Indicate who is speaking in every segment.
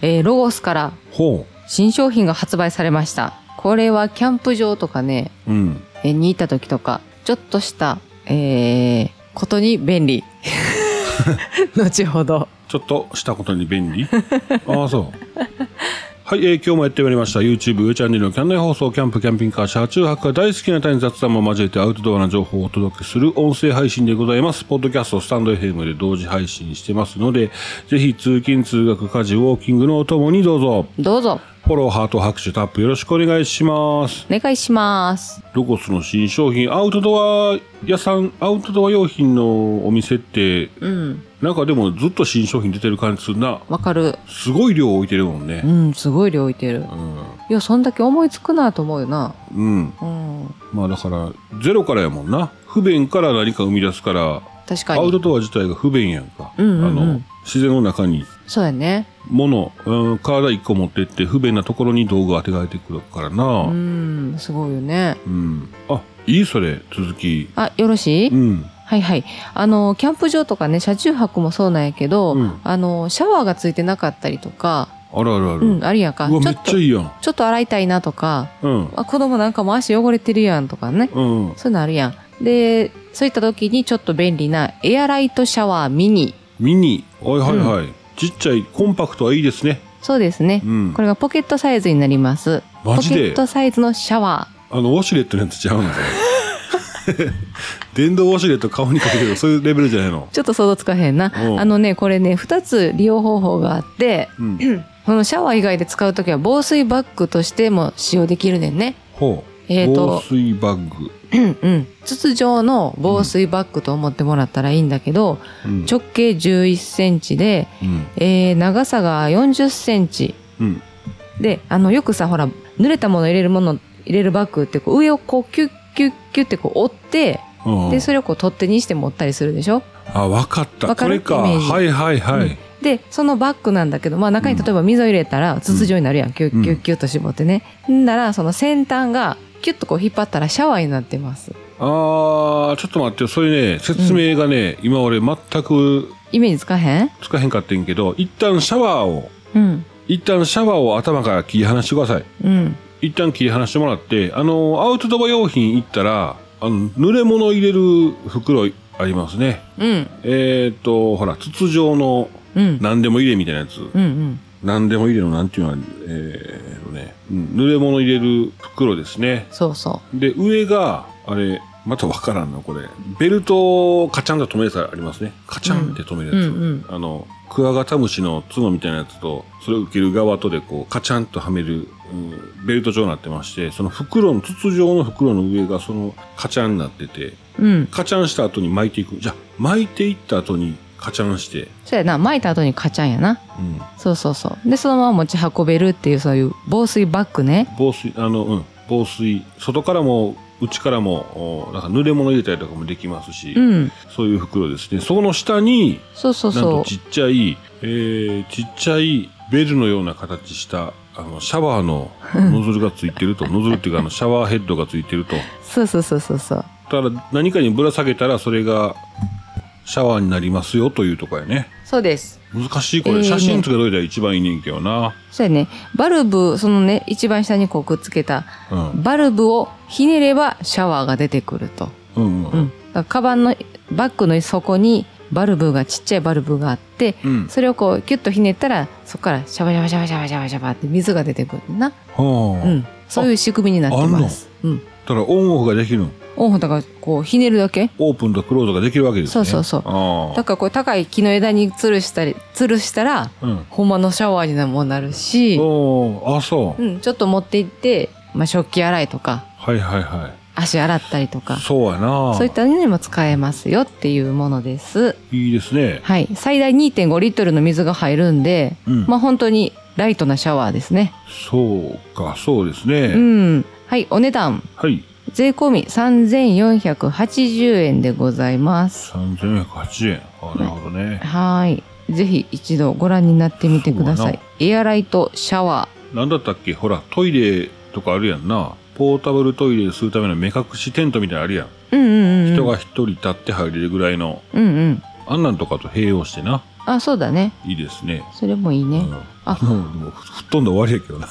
Speaker 1: えーロゴスから
Speaker 2: ほ
Speaker 1: 新商品が発売されました。これはキャンプ場とかね、
Speaker 2: う。うん。
Speaker 1: えーに行った時とか、ちょっとした、えーことに便 利。後ほど。
Speaker 2: ちょっとしたことに便利ああ、そう。はい、えー今日もやってまいりました。YouTube 上チャンネルのキャン内放送、キャンプ、キャンピングカー、車中泊が大好きな方に雑談も交えてアウトドアな情報をお届けする音声配信でございます。ポッドキャスト、スタンド FM で同時配信してますので、ぜひ通勤、通学、家事、ウォーキングのお供にどうぞ。
Speaker 1: どうぞ、
Speaker 2: フォロー、ハート、拍手、タップよろしくお願いします。
Speaker 1: お願いします。
Speaker 2: ロゴスの新商品、アウトドア屋さん、アウトドア用品のお店って、
Speaker 1: うん。
Speaker 2: なんかでもずっと新商品出てる感じするな。
Speaker 1: わかる。
Speaker 2: すごい量置いてるもん
Speaker 1: う
Speaker 2: ね。
Speaker 1: ん、すごい量置いてる。
Speaker 2: うん。
Speaker 1: いや、そんだけ思いつくなと思うよな。
Speaker 2: うん。
Speaker 1: うん。
Speaker 2: まあだから、ゼロからやもんな。不便から何か生み出すから、
Speaker 1: 確か
Speaker 2: アウト
Speaker 1: に。
Speaker 2: ドア自体が不便やんか。
Speaker 1: うんうんうん
Speaker 2: あの、自然の中に
Speaker 1: そうやね。
Speaker 2: 物、うん、体一個持ってって不便なところに道具を当てがえてくるから
Speaker 1: う
Speaker 2: な。
Speaker 1: ん、すごいよね。
Speaker 2: うん。あ、いいそれ、続き。
Speaker 1: あ、よろしい、
Speaker 2: うん。
Speaker 1: はいはい。あの、キャンプ場とかね、車中泊もそうなんやけど、
Speaker 2: うん
Speaker 1: あの、シャワーがついてなかったりとか、
Speaker 2: あるあるある。
Speaker 1: うん、あるやんか。
Speaker 2: うわ、
Speaker 1: ちょ
Speaker 2: め
Speaker 1: っ
Speaker 2: っ
Speaker 1: と、
Speaker 2: ちゃいいやん。
Speaker 1: ちょっと洗いたいなとか、
Speaker 2: うん。
Speaker 1: あ子供なんかも足汚れてるやんとかね。
Speaker 2: うん。
Speaker 1: そういうのあるやん。で、そういった時にちょっと便利なエアライトシャワーミニ。
Speaker 2: ミニ。はいはいはい。ちっちゃい、コンパクトはいいですね。
Speaker 1: そうですね。
Speaker 2: うん
Speaker 1: こ。れがポケットサイズになります。
Speaker 2: マ
Speaker 1: ポ
Speaker 2: ジ
Speaker 1: ケ
Speaker 2: で
Speaker 1: ットサイズのシャワー。
Speaker 2: あの、ウォシュレットのやつちゃうのそれ電動ウォシュレット顔にかけてるそういうレベルじゃないの。
Speaker 1: ちょっと想像つかへんな。
Speaker 2: うん
Speaker 1: あのね、これね、二つ利用方法があって、
Speaker 2: うん。
Speaker 1: このシャワー以外で使うときは防水バッグとしても使用できるねんね。
Speaker 2: ほう。
Speaker 1: えー
Speaker 2: 防
Speaker 1: と
Speaker 2: 水バッグ。
Speaker 1: うんうん。筒状の防水バッグと思ってもらったらいいんだけど、
Speaker 2: うん。
Speaker 1: 直径11センチで、
Speaker 2: うん。
Speaker 1: えー長さが40センチ。
Speaker 2: うん。
Speaker 1: で、あの、よくさ、ほら、濡れたもの入れるもの、入れるバッグって、こう、上をこう、キュッキュッキュッってこう、折って、
Speaker 2: うん
Speaker 1: で、それをこう、取っ手にして持ったりするでしょ
Speaker 2: あ、わかった。
Speaker 1: わ
Speaker 2: こ
Speaker 1: か
Speaker 2: れ
Speaker 1: る
Speaker 2: か。
Speaker 1: イメージ
Speaker 2: はいはいはい。
Speaker 1: で、そのバッグなんだけど、まあ中に例えば水を入れたら筒状になるやん。キュッキュッキュッと絞ってね。んなら、その先端がキュッとこう引っ張ったらシャワーになってます。
Speaker 2: あー、ちょっと待ってよ。それね、説明がね、今俺全く
Speaker 1: イメージつかへん
Speaker 2: つかへんかってんけど、一旦シャワーを、
Speaker 1: うん。
Speaker 2: 一旦シャワーを頭から切り離してください。
Speaker 1: うん。
Speaker 2: 一旦切り離してもらって、あの、アウトドア用品行ったら、あの、濡れ物入れる袋ありますね。
Speaker 1: うん。
Speaker 2: えっ、ー、と、ほら、筒状の
Speaker 1: うん。
Speaker 2: 何でも入れみたいなやつ。
Speaker 1: うんうん。
Speaker 2: 何でも入れのなんていうのは、えーとね、うん濡れ物入れる袋ですね。
Speaker 1: そうそ
Speaker 2: で、上が、あれ、またわからんな、これ。ベルトをカチャンと止めるやつありますね。カチャンって止めるやつ。
Speaker 1: うんうん
Speaker 2: あの、クワガタムシの角みたいなやつと、それを受ける側とでこう、カチャンとはめる、うんベルト状になってまして、その袋の、筒状の袋の上がそのカチャンになってて、
Speaker 1: う。うん。
Speaker 2: カチャンした後に巻いていく。じゃあ巻いていった後にカチャンして、
Speaker 1: そうやな。巻いた後にカチャンやな。
Speaker 2: うん
Speaker 1: そうそうそう。で、そのまま持ち運べるっていう、そういう防水バッグね。
Speaker 2: 防水、あの、うん、防水、外からも、内からも、おなんか濡れ物入れたりとかもできますし、
Speaker 1: うん。
Speaker 2: そういう袋ですね。そこの下に、
Speaker 1: そうそう
Speaker 2: なん
Speaker 1: そ
Speaker 2: とちっちゃい、えー、ちっちゃいベルのような形した、あの、シャワーのノズルがついてると、ノズルっていうか、あの、シャワーヘッドがついてると。
Speaker 1: う。そうそうそうそうそう。
Speaker 2: ただ、何かにぶら下げたら、それが、シャワーになりますよというとこやね。
Speaker 1: そうです。
Speaker 2: 難しい、こ
Speaker 1: え
Speaker 2: れ。
Speaker 1: ー
Speaker 2: 写真つけといたら一番いいねんけどな。
Speaker 1: そうやね。バルブ、そのね、一番下にこうくっつけた、
Speaker 2: うん。
Speaker 1: バルブをひねればシャワーが出てくると。
Speaker 2: うんうん。う
Speaker 1: うんん。だからカバンの、バッグの底にバルブが、ちっちゃいバルブがあって、
Speaker 2: うん。
Speaker 1: それをこう、キュッとひねったら、そこからシャバシャバシャバシャバシャバシャバって水が出てくるな。
Speaker 2: はあ。
Speaker 1: うん。そういう仕組みになってます。うん。
Speaker 2: ただ、オンオフができるの。
Speaker 1: オンホだから、こう、ひねるだけ
Speaker 2: オープンとクローズができるわけですね。
Speaker 1: そうそうそう
Speaker 2: あ
Speaker 1: だ
Speaker 2: あ。
Speaker 1: からこう、高い木の枝に吊るしたり、吊るしたら、
Speaker 2: うん。
Speaker 1: ほんまのシャワーにもなるし、
Speaker 2: おーあ、そう。
Speaker 1: うん、ちょっと持って行って、まあ、食器洗いとか、
Speaker 2: はいはいは
Speaker 1: 足洗ったりとか
Speaker 2: い。、そうやな。
Speaker 1: そういったのにも使えますよっていうものです。
Speaker 2: いいですね。
Speaker 1: はい。最大2.5リットルの水が入るんで、
Speaker 2: うん。
Speaker 1: まあ本当にライトなシャワーですね。
Speaker 2: そうか、そうですね。
Speaker 1: うん。はい。お値段、
Speaker 2: はい。
Speaker 1: 税込み3480円でございます。
Speaker 2: 3480円。あ、なるほどね。
Speaker 1: はい。ぜひ一度ご覧になってみてください
Speaker 2: そ。
Speaker 1: エアライトシャワ
Speaker 2: なんだったっけほら、トイレとかあるやんな。ポータブルトイレするための目隠しテントみたいなのあるやん。
Speaker 1: ー。うんうんうん。
Speaker 2: 人が一人立って入れるぐらいの。
Speaker 1: うんうん。
Speaker 2: あんなんとかと併用してな。
Speaker 1: あ、そうだね。
Speaker 2: いいですね。
Speaker 1: それもいいね。
Speaker 2: うん
Speaker 1: あ、
Speaker 2: もうでもふ吹っ飛んだ終わりやけどな。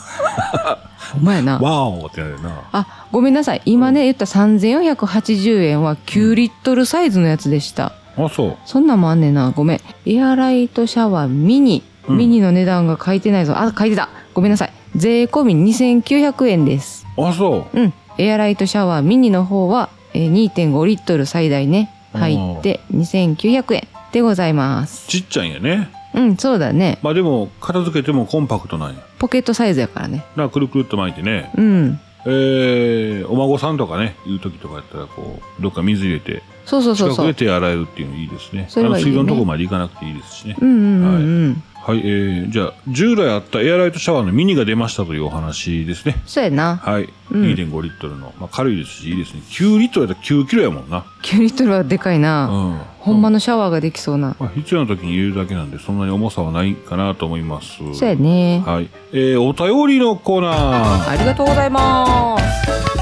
Speaker 1: お前な。
Speaker 2: わーおってなるよな。
Speaker 1: あ、ごめんなさい。今ね、言った3480円は9リットルサイズのやつでした。
Speaker 2: あ、そう。
Speaker 1: そんなんもあんねんな。ごめん。エアライトシャワーミニ。
Speaker 2: うん
Speaker 1: ミニの値段が書いてないぞ。あ、書いてた。ごめんなさい。税込み2900円です。
Speaker 2: あ、そ
Speaker 1: うん。エアライトシャワーミニの方は、えー2.5リットル最大ね。入って2900円でございま
Speaker 2: う。
Speaker 1: す。
Speaker 2: ちっちゃいんやね。
Speaker 1: うん、そうだね。
Speaker 2: まあでも、片付けてもコンパクトなんや。
Speaker 1: ポケットサイズやからね。
Speaker 2: な、くるくるっと巻いてね。
Speaker 1: うん。
Speaker 2: えー、お孫さんとかね、いう時とかやったら、こう、どっか水入れて、
Speaker 1: そうそうそう
Speaker 2: 近く
Speaker 1: そ
Speaker 2: で
Speaker 1: う。
Speaker 2: 手洗えるっていうのいいですね。
Speaker 1: それはいいね
Speaker 2: あの水道のとこまで行かなくていいですしね。
Speaker 1: うんうんうんうん。
Speaker 2: はい、えー、じゃあ、従来あったエアライトシャワーのミニが出ましたというお話ですね。
Speaker 1: そうやな。
Speaker 2: はい。
Speaker 1: うん
Speaker 2: 2.5リットルの。まあ、軽いですし、いいですね。9リットルやったら9キロやもんな。
Speaker 1: 9リットルはでかいうな。
Speaker 2: ん。
Speaker 1: ほんまのシャワーができそうな。
Speaker 2: まあ、必要な時に入れるだけなんで、そんなに重さはないかなと思います。
Speaker 1: そうやね。
Speaker 2: はい。えー、お便りのコーナー。
Speaker 1: ありがとうございます。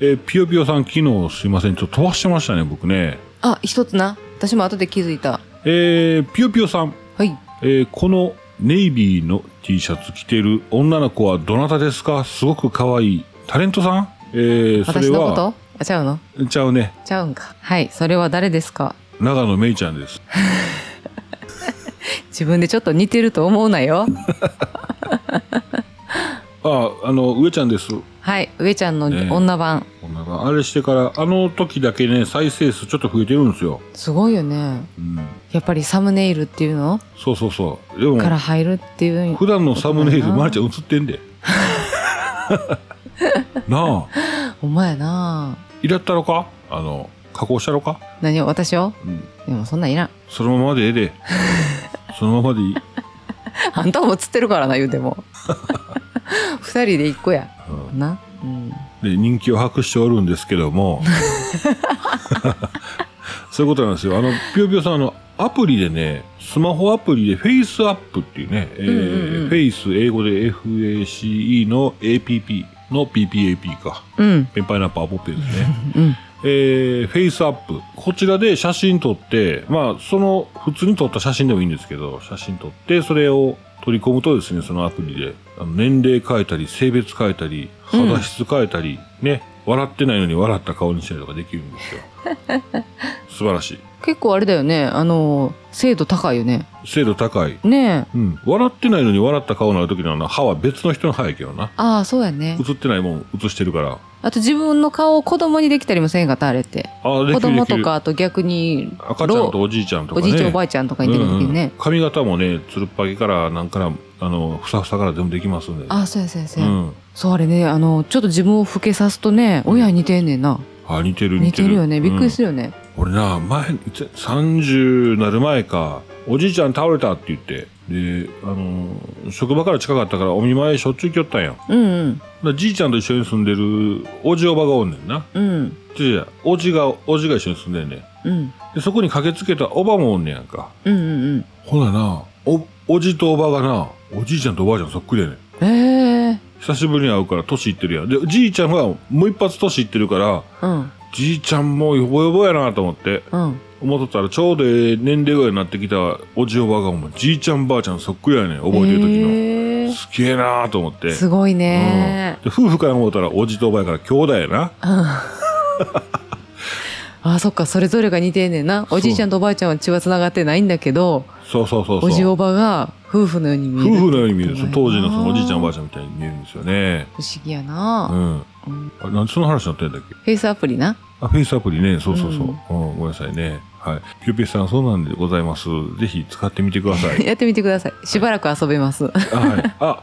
Speaker 2: えー、ぴよぴよさん、昨日すいません。ちょっと飛ばしてましたね、僕ね。
Speaker 1: あ、一つな。私も後で気づいた。
Speaker 2: えー、ぴよぴよさん。
Speaker 1: はい。
Speaker 2: えー、このネイビーの T シャツ着てる女の子はどなたですかすごく可愛い。タレントさんえー、それ
Speaker 1: 私のこ
Speaker 2: は、
Speaker 1: とあ、ちゃうの
Speaker 2: ちゃうね。
Speaker 1: ちゃうんか。はい。それは誰ですか
Speaker 2: 長野めいちゃんです。
Speaker 1: 自分でちょっと似てると思うなよ。
Speaker 2: あ、あの、上ちゃんです。
Speaker 1: はい。上ちゃんの
Speaker 2: ねえ
Speaker 1: 女版。
Speaker 2: 女があれしてから、あの時だけね、再生数ちょっと増えてるんですよ。
Speaker 1: すごいよね。
Speaker 2: うん。
Speaker 1: やっぱりサムネイルっていうの
Speaker 2: そうそうそう。でも、
Speaker 1: から入るっていう。
Speaker 2: 普段のサムネイル、
Speaker 1: うん
Speaker 2: まるちゃん映っ てんで。なあ、
Speaker 1: お前な。
Speaker 2: いらったろかあの、加工したろか
Speaker 1: 何を私を
Speaker 2: うん。
Speaker 1: でもそんなんいらん。
Speaker 2: そのままでええで。そのままでいい。
Speaker 1: あんたも映ってるからな、言うて も。二人で一個や。
Speaker 2: うん
Speaker 1: な。うん。
Speaker 2: で、人気を博しておるんですけども。 そういうことなんですよ。あの、ぴよぴよさん、あの、アプリでね、スマホアプリでフェイスアップっていうね、え
Speaker 1: うんうんうん
Speaker 2: ーフェイス、英語で FACE の APP の PPAP か。
Speaker 1: うん。
Speaker 2: ペンパイナップアポペンですね。
Speaker 1: うん。
Speaker 2: えーフェイスアップ。こちらで写真撮って、まあ、その、普通に撮った写真でもいいんですけど、写真撮って、それを取り込むとですね、そのアプリで、あの年齢変えたり、性別変えたり、
Speaker 1: うん
Speaker 2: 肌質変えたり、ね、笑ってないのに笑った顔にしたりとかできる んですよ。素晴らしい。
Speaker 1: 結構あれだよね。あの、精度高いよね。
Speaker 2: 精度高い。
Speaker 1: ねえ。
Speaker 2: うん。笑ってないのに笑った顔になるときのあの歯は別の人の歯やけどな。
Speaker 1: ああ、そうやね。
Speaker 2: 映ってないもん映してるから。
Speaker 1: あと自分の顔を子供にできたりもせんかった、あれって。
Speaker 2: ああ、でき
Speaker 1: 子
Speaker 2: る
Speaker 1: 供
Speaker 2: でき
Speaker 1: と
Speaker 2: る。
Speaker 1: か、あと逆に、
Speaker 2: 赤ちゃんとおじいちゃんと
Speaker 1: お
Speaker 2: かね。
Speaker 1: じいちゃん、おばあちゃんとかにできる時に
Speaker 2: うんうん
Speaker 1: ね。
Speaker 2: 髪型もねつるっぱげからなんからあのふさふさから全部できますんで
Speaker 1: ああ、そうやそうやそううや。
Speaker 2: ん
Speaker 1: そう、あれね、あの、ちょっと自分を老けさすとね、親に似てんねんな。
Speaker 2: あ似てる
Speaker 1: 似
Speaker 2: 似て
Speaker 1: て
Speaker 2: る
Speaker 1: るよね。びっくりす
Speaker 2: る、
Speaker 1: るよね。
Speaker 2: うん俺な前ぜ30なる前かおじいちゃん倒れたって言ってであの職場から近かったからお見舞いしょっちゅう来よったんやだか
Speaker 1: うんうん。
Speaker 2: らじいちゃんと一緒に住んでるおじおばがおんねんな
Speaker 1: うん。
Speaker 2: じいちゃんおじがおじが一緒に住んでんねん
Speaker 1: うん。
Speaker 2: でそこに駆けつけたおばもおんねやんか
Speaker 1: うんうん
Speaker 2: ほななおおじとおばがなおじいちゃんとおばあちゃんそっくりやね
Speaker 1: う
Speaker 2: ん
Speaker 1: ん。ええ。
Speaker 2: 久しぶりに会うから年いってるやん。で、じいちゃんがもう一発年いってるから、
Speaker 1: うん。
Speaker 2: じいちゃんもうよぼよぼやなと思って、
Speaker 1: うん。
Speaker 2: 思っとったらちょうどええ年齢ぐらいになってきたおじおばがもうじいちゃんばあちゃんそっくりやねん、覚えてる時の。
Speaker 1: ええ
Speaker 2: すげえなと思って。
Speaker 1: すごいね。
Speaker 2: うんで夫婦から思ったらおじとおばやから兄弟やな。
Speaker 1: うん あ、そっか、それぞれが似てんねんな。おじいちゃんとおばあちゃんは血は繋がってないんだけど、
Speaker 2: そうそうそうそう。
Speaker 1: おじおばが夫婦のように見え
Speaker 2: 夫
Speaker 1: る。
Speaker 2: 婦のように見える。その当時のそのおじいちゃんおばあ
Speaker 1: ち
Speaker 2: ちゃんみたいに見えるんですよね。
Speaker 1: ゃん。不思議や
Speaker 2: う
Speaker 1: な、
Speaker 2: ん。
Speaker 1: うん
Speaker 2: あれなんでその話になってんだっけ
Speaker 1: フェイスアプリな。
Speaker 2: あ、フェイスアプリね。そうそうそう。
Speaker 1: うん
Speaker 2: うん、ごめんなさいね。はい。ピューピーさん、そうなんでございます。ぜひ使ってみてく ださい。
Speaker 1: やってみてください。しばらく遊べます。
Speaker 2: あはい。あ、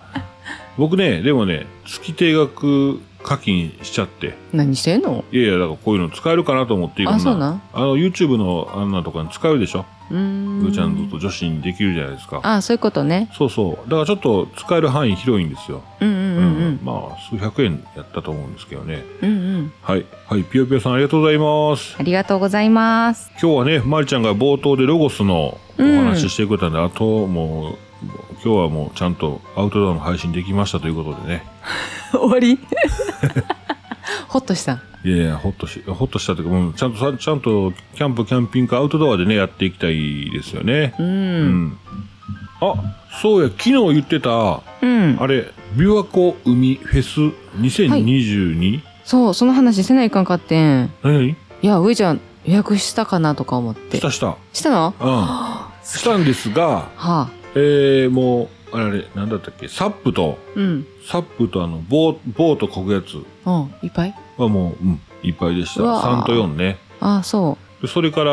Speaker 2: 僕ね、でもね、月定額課金しちゃって、
Speaker 1: 何してんの
Speaker 2: いやいや、だからこういうの使えるかなと思っていろん
Speaker 1: あ、
Speaker 2: な。
Speaker 1: そうなん
Speaker 2: あの、YouTube のあんなとかに使えるでしょ
Speaker 1: うーん。
Speaker 2: うーちゃんと女子にできるじゃないですか。
Speaker 1: あ、そういうことね。
Speaker 2: そうそう。だからちょっと使える範囲広いんですよ。
Speaker 1: うんうん
Speaker 2: う
Speaker 1: うん
Speaker 2: んまあ、数百円やったと思うんですけどね。
Speaker 1: うん。うんうん。
Speaker 2: はい。はい。ぴよぴよさんありがとうございます。
Speaker 1: ありがとうござい ます。
Speaker 2: 今日はね、まりちゃんが冒頭でロゴスのお話ししてくれたんで、あともう、今日はもうちゃんとアウトドアの配信できましたということでね。
Speaker 1: 終わり ほっとした。
Speaker 2: いやいや、ほっとし、ほっとしたというか、もうちゃんとさ、ちゃんと、キャンプ、キャンピングカー、アウトドアでね、やっていきたいですよね。
Speaker 1: う。
Speaker 2: うんん。あ、そうや、昨日言ってた、
Speaker 1: うん。
Speaker 2: あれ、琵琶湖海フェス 2022?、
Speaker 1: そう、その話せないかんかってん。
Speaker 2: 何何
Speaker 1: いや、上ちゃん予約したかなとか思って
Speaker 2: し。たした。
Speaker 1: したの
Speaker 2: うん。したんですが、
Speaker 1: はあ。
Speaker 2: えー、もう、あれあれ、なんだったっけ、サップと、
Speaker 1: うん。
Speaker 2: サップとあの、棒、棒とこぐやつ
Speaker 1: うん。いっぱい
Speaker 2: はもう、うん、いっぱいでした。
Speaker 1: うわー
Speaker 2: 3と4ね。
Speaker 1: ああ、そ
Speaker 2: でそれから、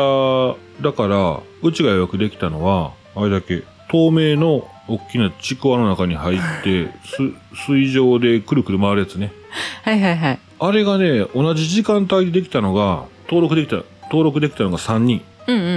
Speaker 2: だから、うちが予約できたのは、あれだけ、透明の大きなちくわの中に入って、す水上でくるくる回るやつね。
Speaker 1: う。はいはいはい。
Speaker 2: あれがね、同じ時間帯でできたのが、登録できた、登録できたのが3人。
Speaker 1: うんうんう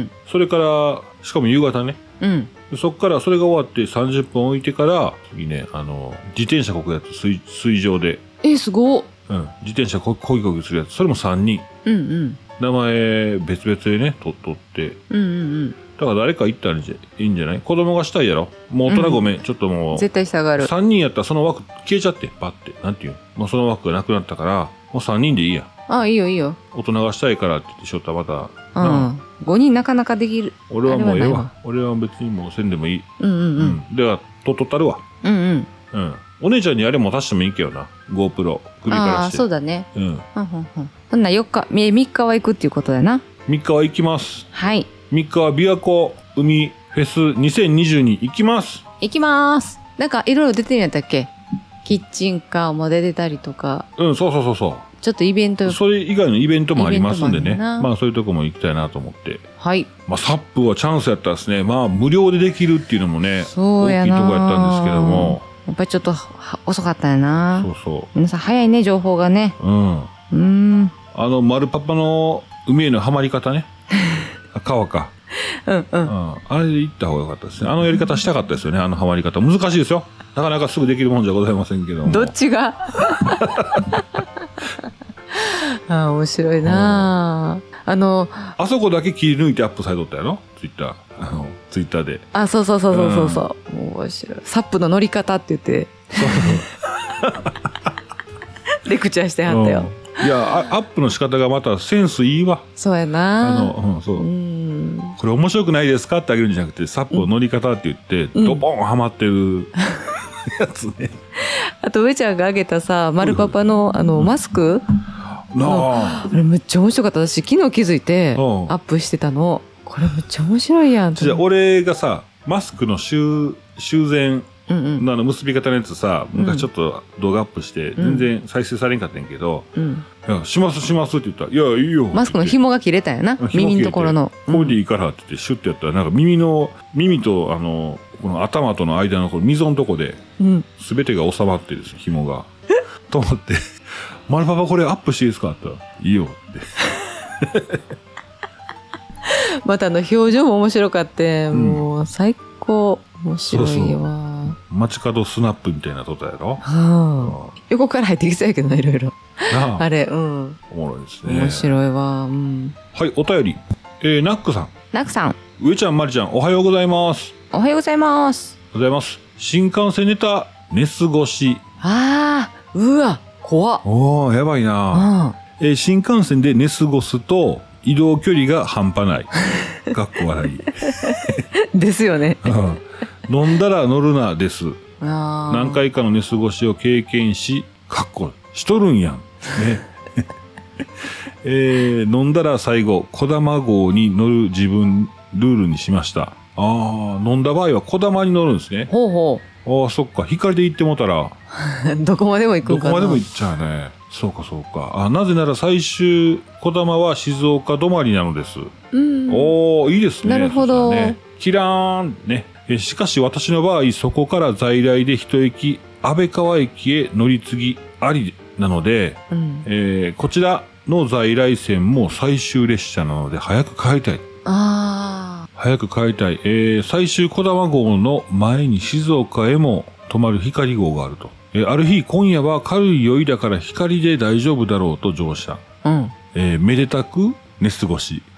Speaker 1: ん
Speaker 2: それから、しかも夕方ね。
Speaker 1: うん。うん。
Speaker 2: でそっから、それが終わって30分置いてから、次ね、あの、自転車こぐやつ、水、水上で。
Speaker 1: え、すごっ
Speaker 2: うん。自転車ここぎこぎするやつ。それも3人。
Speaker 1: うんうん。
Speaker 2: 名前、別々でね、とっとって。
Speaker 1: うんうん
Speaker 2: だから誰か行ったらいいんじゃいいんじゃない子供がしたいやろもう大人ごめん、ちょっとも
Speaker 1: う。、
Speaker 2: うん
Speaker 1: 絶対したがる。
Speaker 2: 3人やったらその枠消えちゃって、パって。なんていうのもうその枠がなくなったから、もう3人でいいや。
Speaker 1: ああ、いいよいいよ。
Speaker 2: 大人がしたいからって言ってしょったらまた、
Speaker 1: う
Speaker 2: なあ
Speaker 1: ん。5人なかなかできる。
Speaker 2: 俺はもうええ
Speaker 1: あれはない
Speaker 2: わ
Speaker 1: わ。
Speaker 2: 俺は別にもうせんでもいい。
Speaker 1: うんうん
Speaker 2: う
Speaker 1: うん。
Speaker 2: ん。では、とっとったるわ。
Speaker 1: うんうん。
Speaker 2: うん。お姉ちゃんにあれも足してもいいけどな。GoPro。首か
Speaker 1: あ
Speaker 2: ら
Speaker 1: あ、
Speaker 2: して。
Speaker 1: そうだね。
Speaker 2: うん。
Speaker 1: うんうんうん。そんな4日、み3日は行くっていうことだな。
Speaker 2: 3日は行きます。
Speaker 1: はい。
Speaker 2: 3日は琵琶湖海フェス2022行きます。
Speaker 1: 行きまーす。なんかいろいろ出てるんやったっけキッチンカーも出てたりとか、
Speaker 2: うん、そうそうそうそう。
Speaker 1: ちょっとイベント、
Speaker 2: それ以外のイベントもありますんで
Speaker 1: イベ
Speaker 2: ね。
Speaker 1: ントもあるな
Speaker 2: まあそういうとこも行きたいなと思って。
Speaker 1: はい。
Speaker 2: まあサップはチャンスやったですね。まあ無料でできるっていうのもね、
Speaker 1: そ
Speaker 2: 大
Speaker 1: う
Speaker 2: きい
Speaker 1: や
Speaker 2: と
Speaker 1: な。
Speaker 2: こやったんですけども。。
Speaker 1: やっぱりちょっとは遅かったんやな。
Speaker 2: そうそ
Speaker 1: 皆さん早いね、情報がね。
Speaker 2: う。うん。
Speaker 1: うーん。
Speaker 2: あの丸パパの海へのハマ り方ね。あ川か。
Speaker 1: うんう。
Speaker 2: うんん。あれで行った方が良かったですね。あのやり方したかったですよね。あのハマり方。難しいですよ。なかなかすぐできるもんじゃございませんけども。
Speaker 1: どっちが ああ、面白いなあ。あの、
Speaker 2: あそこだけ切り抜いてアップされとったやろツイッター。あの、ツイッターで。
Speaker 1: あ、そうそうそうそうそうそう。もう面白い。サップの乗り方って言って、レクチャーしてはったよ。
Speaker 2: うんいやあアップの仕方がまたセンスいいわ
Speaker 1: そうや
Speaker 2: あ
Speaker 1: な
Speaker 2: の、うん、そうう
Speaker 1: ーん。
Speaker 2: これ面白くないですかってあげるんじゃなくてサップを乗り方って言って、
Speaker 1: うん
Speaker 2: ドボンはまっ てるやつね
Speaker 1: あと、上ちゃんがあげたさ、丸パパの、あの、マスク
Speaker 2: なあ
Speaker 1: あれめっちゃ面白かった。私、昨日気づいて、ア
Speaker 2: うん
Speaker 1: ップしてたの。これめっちゃ面白いやん。
Speaker 2: じゃあ俺がさマスクの修修繕
Speaker 1: うんうん。
Speaker 2: のあの結び方のやつさ
Speaker 1: うん
Speaker 2: 昔ちょっと動画アップして
Speaker 1: う
Speaker 2: 全
Speaker 1: ん
Speaker 2: 然再生されんかったんやけど
Speaker 1: うん。
Speaker 2: 「いやしますします」って言ったら「いやいいよ」
Speaker 1: マスクの
Speaker 2: って言って
Speaker 1: 紐が切れたんやな
Speaker 2: 紐切れ。て
Speaker 1: 耳のところの。
Speaker 2: これでいいからって言ってシュッてやったらなんか耳の耳とあのこの頭との間のこの溝のとこで
Speaker 1: うん。
Speaker 2: 全てが収まってです紐が。と思って、マルパパこれアップしていいですかって言ったら、いいよって。
Speaker 1: またあの、表情も面白かって、
Speaker 2: ん
Speaker 1: もう、最高。面白いわ。
Speaker 2: 街角スナップみたいなとったやろ
Speaker 1: はあ
Speaker 2: あ
Speaker 1: 横から入ってきそうやけどな、いろいろ。
Speaker 2: あな
Speaker 1: あ
Speaker 2: あ、
Speaker 1: れ、うん。
Speaker 2: おもろいですね。
Speaker 1: 面白いわ。うん。
Speaker 2: はい、お便り。えー、ナックさん。
Speaker 1: ナクさん、
Speaker 2: 上ちゃん、まりちゃん、おはようございます。
Speaker 1: おはようございます。
Speaker 2: おはようございます。新幹線ネタ、寝過ごし。
Speaker 1: ああ、うわ、怖っ。
Speaker 2: おー、やばいな
Speaker 1: あ
Speaker 2: えー新幹線で寝過ごすと、移動距離が半端ない。かっこ笑い。
Speaker 1: あ、ですよね。
Speaker 2: うん飲んだら乗るな、です。
Speaker 1: ああ。
Speaker 2: 何回かの寝過ごしを経験し、かっこしとるんやん。ね。 えー飲んだら最後、小玉号に乗る自分、ルールにしました。ああ、飲んだ場合は小玉に乗るんですね。
Speaker 1: ほうほ
Speaker 2: ああ、そっか。光で行ってもたら、
Speaker 1: う。 どこまでも行く
Speaker 2: ど
Speaker 1: んかな。
Speaker 2: こまでも行っちゃうね。そうか、そうか。あなぜなら最終、小玉は静岡止まりなのです。
Speaker 1: うん。
Speaker 2: おー、いいですね。
Speaker 1: なるほど
Speaker 2: そしたらね、キラーンね。えしかし私の場合、そこから在来で一駅、安倍川駅へ乗り継ぎありなので、
Speaker 1: うん、
Speaker 2: えーこちらの在来線も最終列車なので、早く帰りたい。
Speaker 1: あ
Speaker 2: 早く帰りたい。えー最終小玉号の前に静岡へも泊まる光号があると。えーある日、今夜は軽い酔いだから光で大丈夫だろうと乗車。
Speaker 1: あ。うん。
Speaker 2: えーめでたく寝過ごし。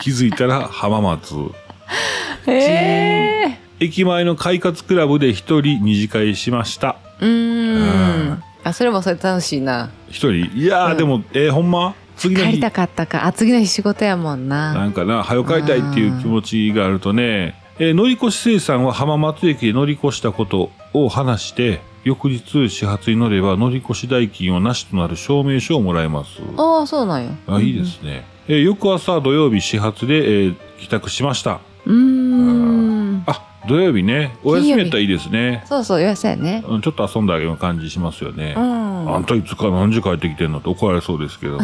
Speaker 2: 気づいたら浜松。
Speaker 1: ええ
Speaker 2: 駅前の快活クラブで一人二次会しました。
Speaker 1: ー。うーん。あそれもそれ楽しいな
Speaker 2: 一人いやー、
Speaker 1: うん
Speaker 2: でもえー、ほんま次の
Speaker 1: 帰り
Speaker 2: 日
Speaker 1: たかったかあ次の日仕事やもん
Speaker 2: な
Speaker 1: なん
Speaker 2: かな早く帰りたいっていう気持ちがあるとね、えー乗り越し生産は浜松駅で乗り越したことを話して翌日始発に乗れば乗り越し代金をなしとなる証明書をもらえます
Speaker 1: ああそうなんや
Speaker 2: あいいですね、えー翌朝土曜日始発で、えー帰宅しました
Speaker 1: うんうーん
Speaker 2: あ土曜日ねお休みやったらいいですね
Speaker 1: そうそうよしやね
Speaker 2: うんちょっと遊んだような感じしますよね、
Speaker 1: うん
Speaker 2: あんたいつか何時帰ってきてんのって怒られそうですけ ども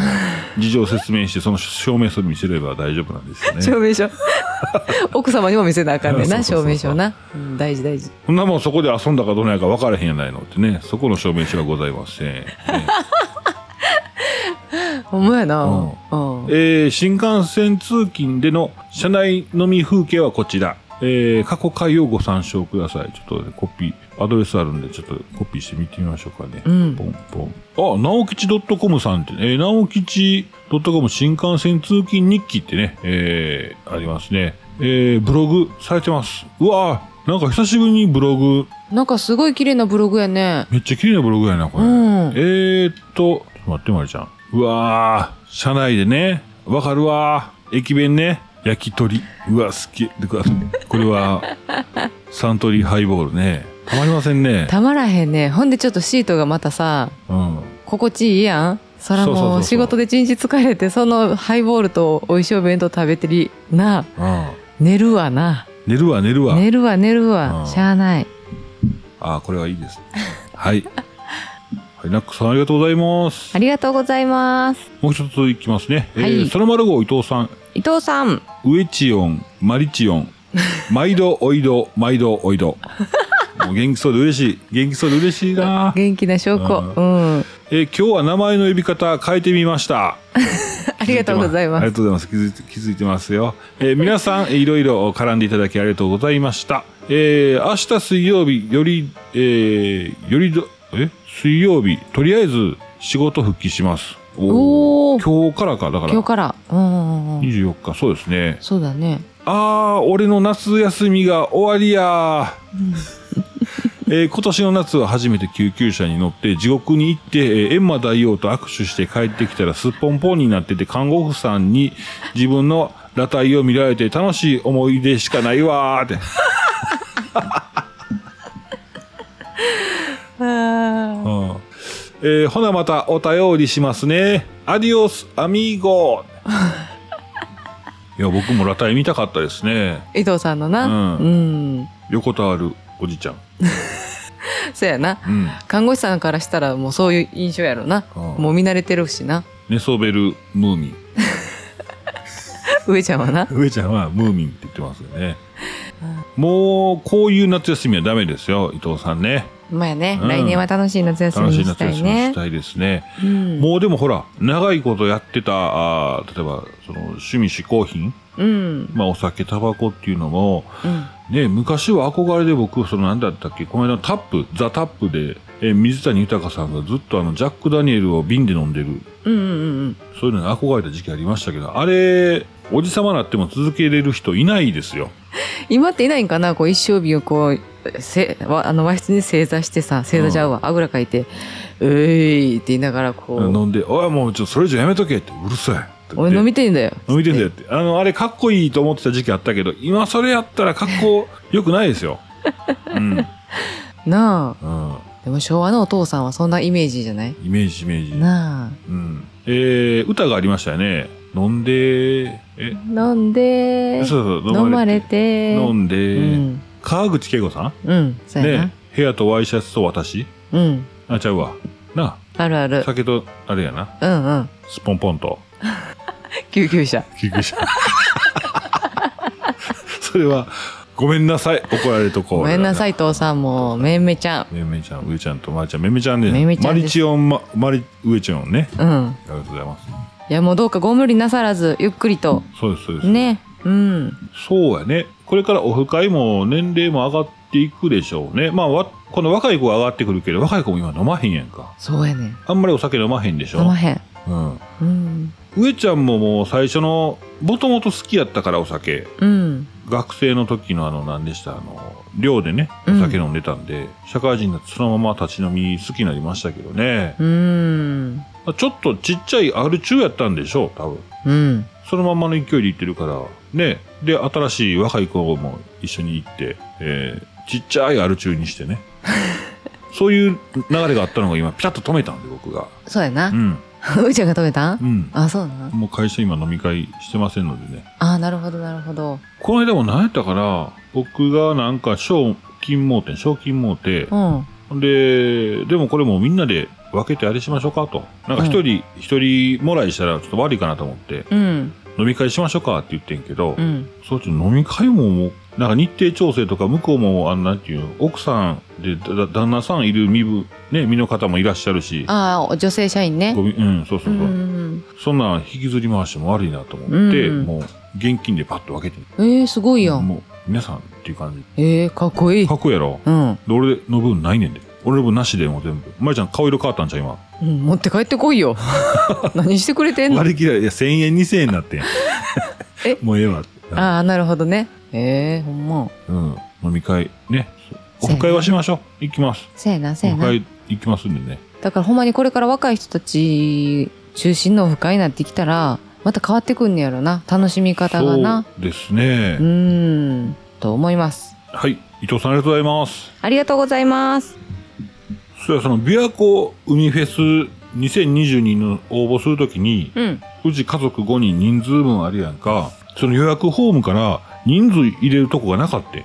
Speaker 2: 事情を説明してその証明書見せれば大丈夫なんですよね
Speaker 1: 証明 書奥様にも見せなあかんねんな
Speaker 2: そうそう
Speaker 1: 証
Speaker 2: そうそう
Speaker 1: 明書な、うん、大事大事
Speaker 2: そんなもんそこで遊んだかどうなんやか分からへんやないのってね、そこの証明書はございません。ね
Speaker 1: ほんまやな
Speaker 2: うん
Speaker 1: うん
Speaker 2: えー新幹線通勤での車内飲み風景はこちら。えー過去回をご参照ください。ちょっと、ね、コピー、アドレスあるんで、ちょっとコピーしてみてみましょうかね。
Speaker 1: うん
Speaker 2: ポンポン。あ、直吉 .com さんって、えー、直吉 .com 新幹線通勤日記ってね、えーありますね。えーブログされてます。うわーなんか久しぶりにブログ
Speaker 1: なんかすごい綺麗なブログやね
Speaker 2: めっちゃ綺麗なブログやな、これ。
Speaker 1: うん
Speaker 2: えー、っと、ちょっと待って、まりちゃん。うわー、車内でね、わかるわー、駅弁ね、焼き鳥。うわ、好き。でここ れは、サントリーハイボールね。たまりませんね。
Speaker 1: たまらへんねほんでちょっとシートがまたさ
Speaker 2: うん。
Speaker 1: 心地いいやんそら
Speaker 2: そうそうそう
Speaker 1: も
Speaker 2: そう
Speaker 1: う仕事で一日疲れてそのハイボールと美味しいお弁当食べてりなあ
Speaker 2: うん。
Speaker 1: 寝るわな
Speaker 2: 寝るわ、寝るわ。
Speaker 1: 寝るわ寝る
Speaker 2: うん
Speaker 1: わしゃあない
Speaker 2: あーこれはいいです。はい。はい、ナックさんありがとうございます
Speaker 1: あ。りがとうございます
Speaker 2: もう一ついきますね。え
Speaker 1: は
Speaker 2: ー、
Speaker 1: い
Speaker 2: その丸号伊藤さん、
Speaker 1: 伊藤さん
Speaker 2: ウエチオン、マリチオン、毎度おいど、毎度お いど。もう元気そうで嬉しい。元気そうで嬉しいな。
Speaker 1: 元気な証拠うん
Speaker 2: えー今日は名前の呼び方変えてみました。
Speaker 1: ありがとうございま
Speaker 2: あり
Speaker 1: す
Speaker 2: がとうございます。気づいて気づいてますよ。えー皆さん、いろいろ絡んでいただきありがとうございました。えー明日水曜日、より、えーよりど、え水曜日、とりあえず仕事復帰します。
Speaker 1: お
Speaker 2: 今日からか、だか
Speaker 1: 今
Speaker 2: ら
Speaker 1: 日。からうんうんうん
Speaker 2: 24日、そうですね。
Speaker 1: そうだね
Speaker 2: あー、俺の夏休みが終わりやー。 えー今年の夏は初めて救急車に乗って地獄に行って、えー、閻魔大王と握手して帰ってきたらすっぽんぽんになってて看護婦さんに自分の裸体を見られて楽しい思い出しかないわーって。
Speaker 1: あー
Speaker 2: うんえーほなまたお便りしますね。アディオスアミーゴいや、僕も裸体見たかったですね。
Speaker 1: 伊藤さんのな
Speaker 2: う
Speaker 1: うん
Speaker 2: 横たわるおじちゃん。
Speaker 1: そやな
Speaker 2: うん。
Speaker 1: 看護師さんからしたらもうそういう印象やろな
Speaker 2: うん
Speaker 1: もう見慣れてるしな
Speaker 2: 寝そべるムーミン。
Speaker 1: 上ちゃんはな
Speaker 2: 上ちゃんはムーミンって言ってますよね。もう、こういう夏休みはダメですよ、伊藤さんね。
Speaker 1: まあね、
Speaker 2: うん
Speaker 1: 来年は楽しい夏休み
Speaker 2: 楽
Speaker 1: に
Speaker 2: しい
Speaker 1: し
Speaker 2: 夏
Speaker 1: たい
Speaker 2: 休みに
Speaker 1: ね
Speaker 2: し。たいですね。
Speaker 1: うん
Speaker 2: もうでもほら、長いことやってた、あー例えば、その、趣味嗜好品、
Speaker 1: うん。
Speaker 2: まあお酒、タバコっていうのも、
Speaker 1: うん。
Speaker 2: ね、昔は憧れで僕、その何だったっけ、この間のタップ、ザ・タップで、えー水谷豊さんがずっとあの、ジャック・ダニエルを瓶で飲んでる
Speaker 1: うんうん
Speaker 2: そういうのに憧れた時期ありましたけど、あれ、おじさまになっても続けれる人いないですよ。
Speaker 1: 今っていないんかなこう一生日をこう、せわあの和室に正座してさ、正座ちゃうわ、あぐらかいて、うえいって言いながらこう、
Speaker 2: 飲んで、おい、もうちょっとそれ以上やめとけって、うるさいって言って。
Speaker 1: 俺飲みてんだよ。
Speaker 2: 飲みてんだよ
Speaker 1: よ。
Speaker 2: って。あの、あれかっこいいと思ってた時期あったけど、今それやったらかっこよくないです よ。うん。うん。
Speaker 1: なあ。でも昭和のお父さんはそんなイメージじゃない
Speaker 2: イメージ、イメージ。
Speaker 1: なあ。
Speaker 2: うん。えー、歌がありましたよね。飲んで、え、
Speaker 1: 飲んで、
Speaker 2: そうそう、
Speaker 1: 飲まれ
Speaker 2: て。
Speaker 1: て、
Speaker 2: 飲んで、
Speaker 1: うん。
Speaker 2: 川口恵子さん
Speaker 1: うん。そうやな。
Speaker 2: ね、部屋とワイシャツと私
Speaker 1: うん。
Speaker 2: あ、ちゃうわ。な
Speaker 1: あるあ
Speaker 2: あ、
Speaker 1: る。
Speaker 2: 酒と、あれやな、
Speaker 1: うんうん。
Speaker 2: スポンポンと。
Speaker 1: 救急車。
Speaker 2: 救急車。それは、ごめんなさい。怒られるとこう。
Speaker 1: ごめんなさ
Speaker 2: い。
Speaker 1: い、父さんもう、めんめちゃん。
Speaker 2: めめちゃん、上ちゃんとまりちゃん、めめちゃんね。
Speaker 1: めめちゃんです
Speaker 2: マリチオン、ま、マリ、上ちゃんね。
Speaker 1: うん。
Speaker 2: ありがとうございます。
Speaker 1: いやもうどうかご無理なさらずゆっくりと
Speaker 2: そうです、そうです。
Speaker 1: ねうん
Speaker 2: そうやね。これからオフ会も年齢も上がっていくでしょうね。まあ、わこの若い子は上がってくるけど、若い子も今飲まへんやんか。
Speaker 1: そうやねん
Speaker 2: あんまりお酒飲まへんでしょ。
Speaker 1: 飲まへん
Speaker 2: うん。
Speaker 1: うん
Speaker 2: 上ちゃんももう最初の、もともと好きやったからお酒。
Speaker 1: うん
Speaker 2: 学生の時のあの、何でしたあの、寮でね、お酒飲んでたんで、社会人になってそのまま立ち飲み好きになりましたけどね。
Speaker 1: うーん。
Speaker 2: まあちょっとちっちゃい R 中やったんでしょう、多分。
Speaker 1: うん。
Speaker 2: そのまんまの勢いで行ってるから、ね。で、新しい若い子も一緒に行って、えー、ちっちゃいアル中にしてね。そういう流れがあったのが今、ピタッと止めたんで、僕が。
Speaker 1: そうやな
Speaker 2: う。ん。
Speaker 1: うーちゃんが止めたん
Speaker 2: うん。
Speaker 1: あ、そうなの
Speaker 2: もう会社今飲み会してませんのでね。
Speaker 1: あ、なるほど、なるほど。
Speaker 2: この間も何やったから、僕がなんか賞金盲点、賞金盲点
Speaker 1: う。ん。
Speaker 2: で、でもこれもうみんなで分けてあれしましょうかと。なんか一人、一、人もらいしたらちょっと悪いかなと思って、
Speaker 1: うん。
Speaker 2: 飲み会しましょうかって言ってんけど、
Speaker 1: うん。
Speaker 2: そうちょっと飲み会ももう、なんか日程調整とか、向こうも、あの、なんていうの、奥さんで、だだ旦那さんいる身分、ね、身の方もいらっしゃるし、
Speaker 1: ああ、女性社員ね
Speaker 2: ご。みうん、そう
Speaker 1: う
Speaker 2: そうそう。
Speaker 1: ん。
Speaker 2: そんなん引きずり回しても悪いなと思って、
Speaker 1: うん
Speaker 2: もう、現金でパッと分けて。
Speaker 1: ええ、すごいやん。
Speaker 2: もう、皆さんっていう感
Speaker 1: ええ、かっこい
Speaker 2: じ。
Speaker 1: い
Speaker 2: か。っこいいやろ。
Speaker 1: うん。
Speaker 2: で俺の分ないねんで。俺の分なしでもう全部。まゆちゃん顔色変わったんちゃう今。
Speaker 1: うん持って帰ってこい よ。何してくれてんの
Speaker 2: 割り切られ、いや、1000円、2000円になってん。
Speaker 1: え
Speaker 2: もうええわって。
Speaker 1: ああ、なるほどね。ええ、ほんま。
Speaker 2: うん。飲み会、ね。オフ会はしましょう。行きます。
Speaker 1: せやな、せ
Speaker 2: オ
Speaker 1: や
Speaker 2: フ
Speaker 1: な。
Speaker 2: 会行きますんでね。
Speaker 1: だからほんまにこれから若い人たち中心のオフ会になってきたら、また変わってくんねやろな。楽しみ方がな。
Speaker 2: そうですね
Speaker 1: う。ーん、と思います。
Speaker 2: はい。伊藤さんありがとうございます。
Speaker 1: ありがとうございます。
Speaker 2: そうや、その、琵琶湖海フェス2022の応募するときに、
Speaker 1: うん。
Speaker 2: うち家族5人人数分あるやんか、その予約フォームから人数入れるとこがなかった。
Speaker 1: え、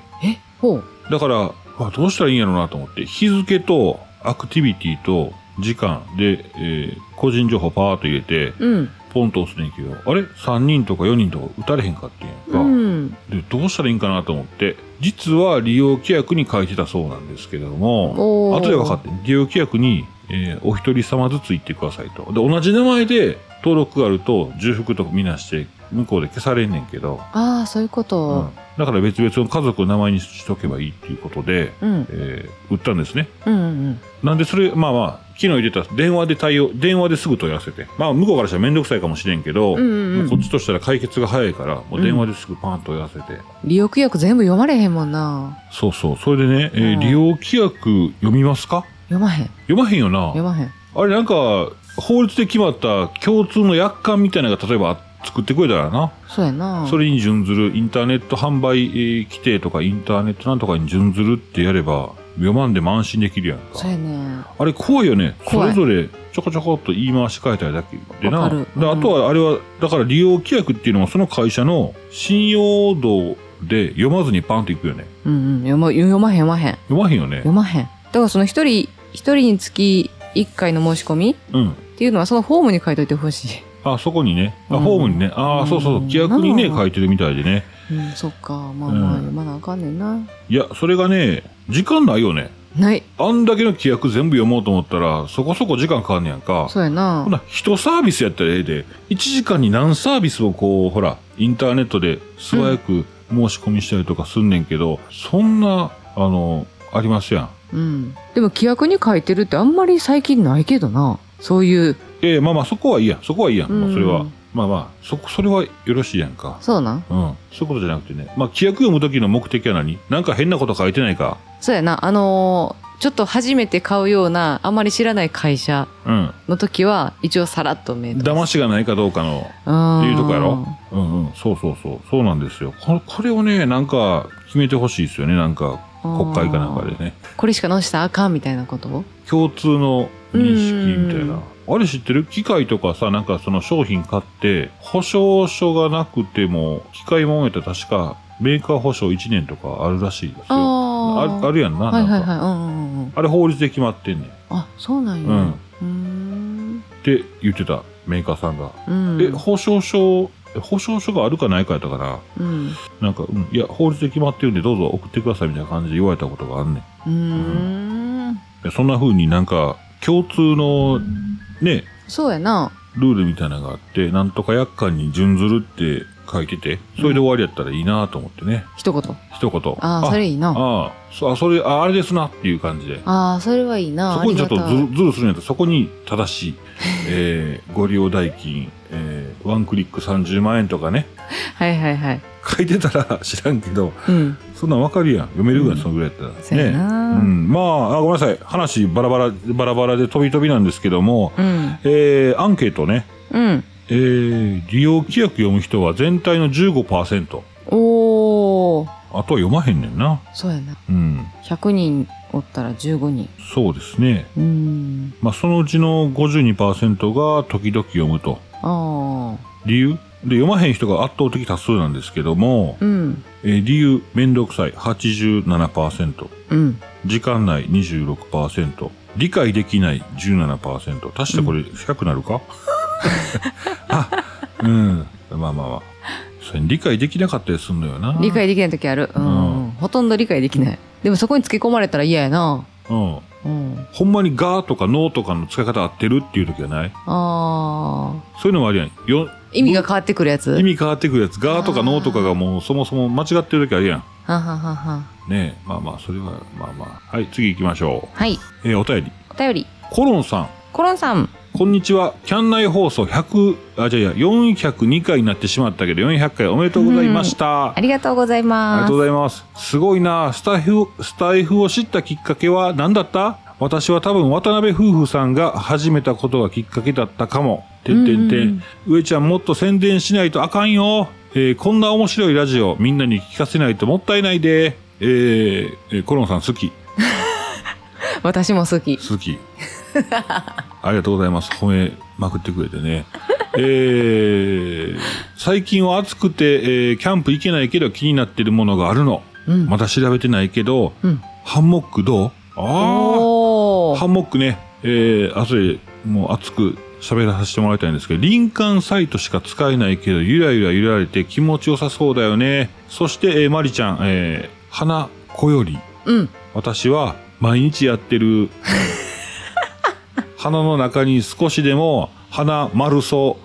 Speaker 1: ほう。
Speaker 2: だから、あどうしたらいいんやろうなと思って、日付とアクティビティと時間で、えー個人情報パーッと入れて、
Speaker 1: うん。
Speaker 2: ポンと押すねんけど、あれ ?3 人とか4人とか打たれへんかってんやん
Speaker 1: う
Speaker 2: か。
Speaker 1: ん。
Speaker 2: で、どうしたらいいんかなと思って、実は利用規約に書いてたそうなんですけれども
Speaker 1: お、ー
Speaker 2: 後で分かって、利用規約に、えーお一人様ずつ行ってくださいと。で、同じ名前で登録があると、重複とみなして、向こうで消されんねんけど、
Speaker 1: ああ、そういうこ
Speaker 2: う
Speaker 1: と
Speaker 2: ん。だから別々の家族の名前にしとけばいいっていうことで、
Speaker 1: うん。
Speaker 2: えー売ったんですね。
Speaker 1: うん。うん。
Speaker 2: なんでそれ、まあまあ、昨日入れた電話で対応、電話ですぐ問い合わせて。まあ、向こうからしたらめんどくさいかもしれんけど、
Speaker 1: うんうんうん
Speaker 2: もうこっちとしたら解決が早いから、もう電話ですぐパーンと問い合わせて、
Speaker 1: 利用規約全部読まれへんもんな。
Speaker 2: そうそう。それでね、えー
Speaker 1: うん
Speaker 2: 利用規約読みますか
Speaker 1: 読まへん。
Speaker 2: 読まへんよな
Speaker 1: 読。まへん。
Speaker 2: あれなんか、法律で決まった共通の約款みたいなのが例えば作ってくれたらな。
Speaker 1: そうやな。
Speaker 2: それに準ずるインターネット販売えー規定とかインターネットなんとかに準ずるってやれば、読まんでも安心できるやん
Speaker 1: そ
Speaker 2: か
Speaker 1: う。やね。
Speaker 2: あれ怖いよね。そ
Speaker 1: 怖
Speaker 2: れ
Speaker 1: い
Speaker 2: ぞれちょこちょこっと言い回し変えたりだけでな。
Speaker 1: わかる
Speaker 2: で
Speaker 1: う
Speaker 2: あ
Speaker 1: ん
Speaker 2: とはあれは、だから利用規約っていうのはその会社の信用度で読まずにパンといくよね。
Speaker 1: うんうん。読ま、読まへん、読まへん。
Speaker 2: 読まへんよね
Speaker 1: 読。まへん。だからその一人、一人につき一回の申し込み
Speaker 2: うん。
Speaker 1: っていうのはそのフォームに書いといてほし
Speaker 2: あ、そこにね。あ、
Speaker 1: うん
Speaker 2: ホームにね。あ
Speaker 1: う
Speaker 2: あ、
Speaker 1: ん
Speaker 2: そうそう。規約にね、
Speaker 1: うん
Speaker 2: 書いてるみたいでね。
Speaker 1: い。うん、そっか。まあまあ
Speaker 2: うん、
Speaker 1: 読まなあかんねんな。
Speaker 2: いや、それがね、時間ないよね。
Speaker 1: ない。
Speaker 2: あんだけの規約全部読もうと思ったら、そこそこ時間かかんねやんか。
Speaker 1: そうやな
Speaker 2: ほ。な、一サービスやったらええで、1時間に何サービスをこう、ほら、インターネットで素早く申し込みしたりとかすんねんけど、そんな、あの、ありますやん。
Speaker 1: うん。でも規約に書いてるってあんまり最近ないけどな。そういう。
Speaker 2: ええまあまあ、そこはいいやん。そこはいいやん。もうそれ
Speaker 1: う
Speaker 2: は
Speaker 1: ん。
Speaker 2: まあまあ、そこ、それはよろしいやんか。
Speaker 1: そうなん
Speaker 2: うん。そういうことじゃなくてね。まあ、規約読む時の目的は何なんか変なこと書いてないか。
Speaker 1: そうやな。あのーちょっと初めて買うような、あんまり知らない会社
Speaker 2: うん。
Speaker 1: の時は、一応さらっと目と。
Speaker 2: 騙しがないかどうかの、
Speaker 1: あ
Speaker 2: って
Speaker 1: ー
Speaker 2: いうとこやろうんうん。そうそうそう。そうなんですよ。ここれをね、なんか、決めてほしいですよね。なんか、国会かなんかで。
Speaker 1: あ
Speaker 2: ね。
Speaker 1: ーこれしか載せたらあかんみたいなこと。
Speaker 2: 共通の認識みたいうなんあれ知ってる機械とかさ、なんかその商品買って、保証書がなくても、機械もめたら確か、メーカー保証1年とかあるらしいですよ。
Speaker 1: あ
Speaker 2: あ
Speaker 1: あ。
Speaker 2: あるやんな。
Speaker 1: は
Speaker 2: ないんか
Speaker 1: はいはい。うんうんうんうん。
Speaker 2: あれ法律で決まってんねん。っ
Speaker 1: あ、そうなんや。
Speaker 2: うん
Speaker 1: うーん。
Speaker 2: て言ってた、メーカーさんが。
Speaker 1: うん。
Speaker 2: え、保証書、え保証書があるかないかやったから、
Speaker 1: うん。う
Speaker 2: なんか、うん、いや、法律で決まってるんで、どうぞ送ってくださいみたいな感じで言われたことがあんねん。
Speaker 1: ーん。
Speaker 2: いやそんな風になんか、共通の、ね、
Speaker 1: そうやな。
Speaker 2: ルールみたいなのがあって、なんとか約款に準ずるって書いてて、それで終わりやったらいいなと思ってね。
Speaker 1: 一言。
Speaker 2: 一言。
Speaker 1: ああ、それいいな。
Speaker 2: ああそあ、それ、ああれですなっていう感じで。
Speaker 1: ああ、それはいいな。
Speaker 2: そこにちょっと
Speaker 1: ありがたい
Speaker 2: ズルズルするんやったら、そこに正しい、 えー、ご利用代金、えー、ワンクリック30万円とかね、
Speaker 1: はいはいはい。
Speaker 2: 書いてたら 知らんけど、
Speaker 1: うん。
Speaker 2: そんなんわかるやん。読めるぐらい、
Speaker 1: うん
Speaker 2: そのぐらいやった
Speaker 1: そう
Speaker 2: ら。
Speaker 1: や
Speaker 2: ね。
Speaker 1: な
Speaker 2: うん。まあ、あ、ごめんなさい。話、バラバラ、バラバラで飛び飛びなんですけども、
Speaker 1: うん。
Speaker 2: えー、アンケートね。
Speaker 1: うん。
Speaker 2: えー、利用規約読む人は全体の15%。
Speaker 1: おお。
Speaker 2: あとは読まへんねんな。
Speaker 1: そうやな。
Speaker 2: うん。
Speaker 1: 100人おったら15人。
Speaker 2: そうですね。
Speaker 1: うーん。
Speaker 2: まあ、そのうちの52%が時々読むと。
Speaker 1: ああ。
Speaker 2: 理由で、読まへん人が圧倒的多数なんですけども、
Speaker 1: うん。
Speaker 2: えー理由、めんどくさい、87%。
Speaker 1: うん。
Speaker 2: 時間内、26%。理解できない、17%。足してこれ、深くなるか、 あ、うん。まあまあまあ。それに理解できなかったりすんのよな。
Speaker 1: 理解できない時ある。うん。ほとんど理解できない。でもそこに付け込まれたら嫌やな。
Speaker 2: うん。
Speaker 1: うん。
Speaker 2: ほんまにガーとかノーとかの使い方合ってるっていう時はない
Speaker 1: ああ。
Speaker 2: そういうのもあるやん。よ
Speaker 1: 意味が変わってくるやつ
Speaker 2: 意味変わってくるやつ、ガーとかノーとかがもうそもそも間違ってる時あるやん。
Speaker 1: はははは。
Speaker 2: ねえ、まあまあ、それは、まあまあ。はい、次行きましょ
Speaker 1: はい。
Speaker 2: う。えーお便り。
Speaker 1: お便り。
Speaker 2: コロンさん。
Speaker 1: コロンさん。
Speaker 2: こんにちは。キャン内放送100、あ、じゃいや、402回になってしまったけど、400回おめでとうございました。
Speaker 1: ありがとうござい
Speaker 2: あり
Speaker 1: ま
Speaker 2: が
Speaker 1: す
Speaker 2: とう。ございます。すごいなスタイフ、スタイフを知ったきっかけは何だった私は多分渡辺夫婦さんが始めたことがきっかけだったかも。てんてんて
Speaker 1: うんうん
Speaker 2: ん。上ちゃんもっと宣伝しないとあかんよ。えーこんな面白いラジオみんなに聞かせないともったいないで。えーえーコロンさん好き。
Speaker 1: 私も好き。
Speaker 2: 好き。 ありがとうございます。褒めまくってくれてね。えー最近は暑くて、えーキャンプ行けないけど気になってるものがあるの。
Speaker 1: うん。
Speaker 2: まだ調べてないけど、
Speaker 1: うん。
Speaker 2: ハンモックどうあ
Speaker 1: お
Speaker 2: あ
Speaker 1: お
Speaker 2: ハ。ンモックね、えー、後でもう熱く喋らさせてもらいたいんですけど、林間サイトしか使えないけど、ゆらゆら揺られて気持ちよさそうだよね。そして、えー、マリちゃん、えー、花子より、
Speaker 1: うん。
Speaker 2: 私は毎日やってる。花の中に少しでも花丸そ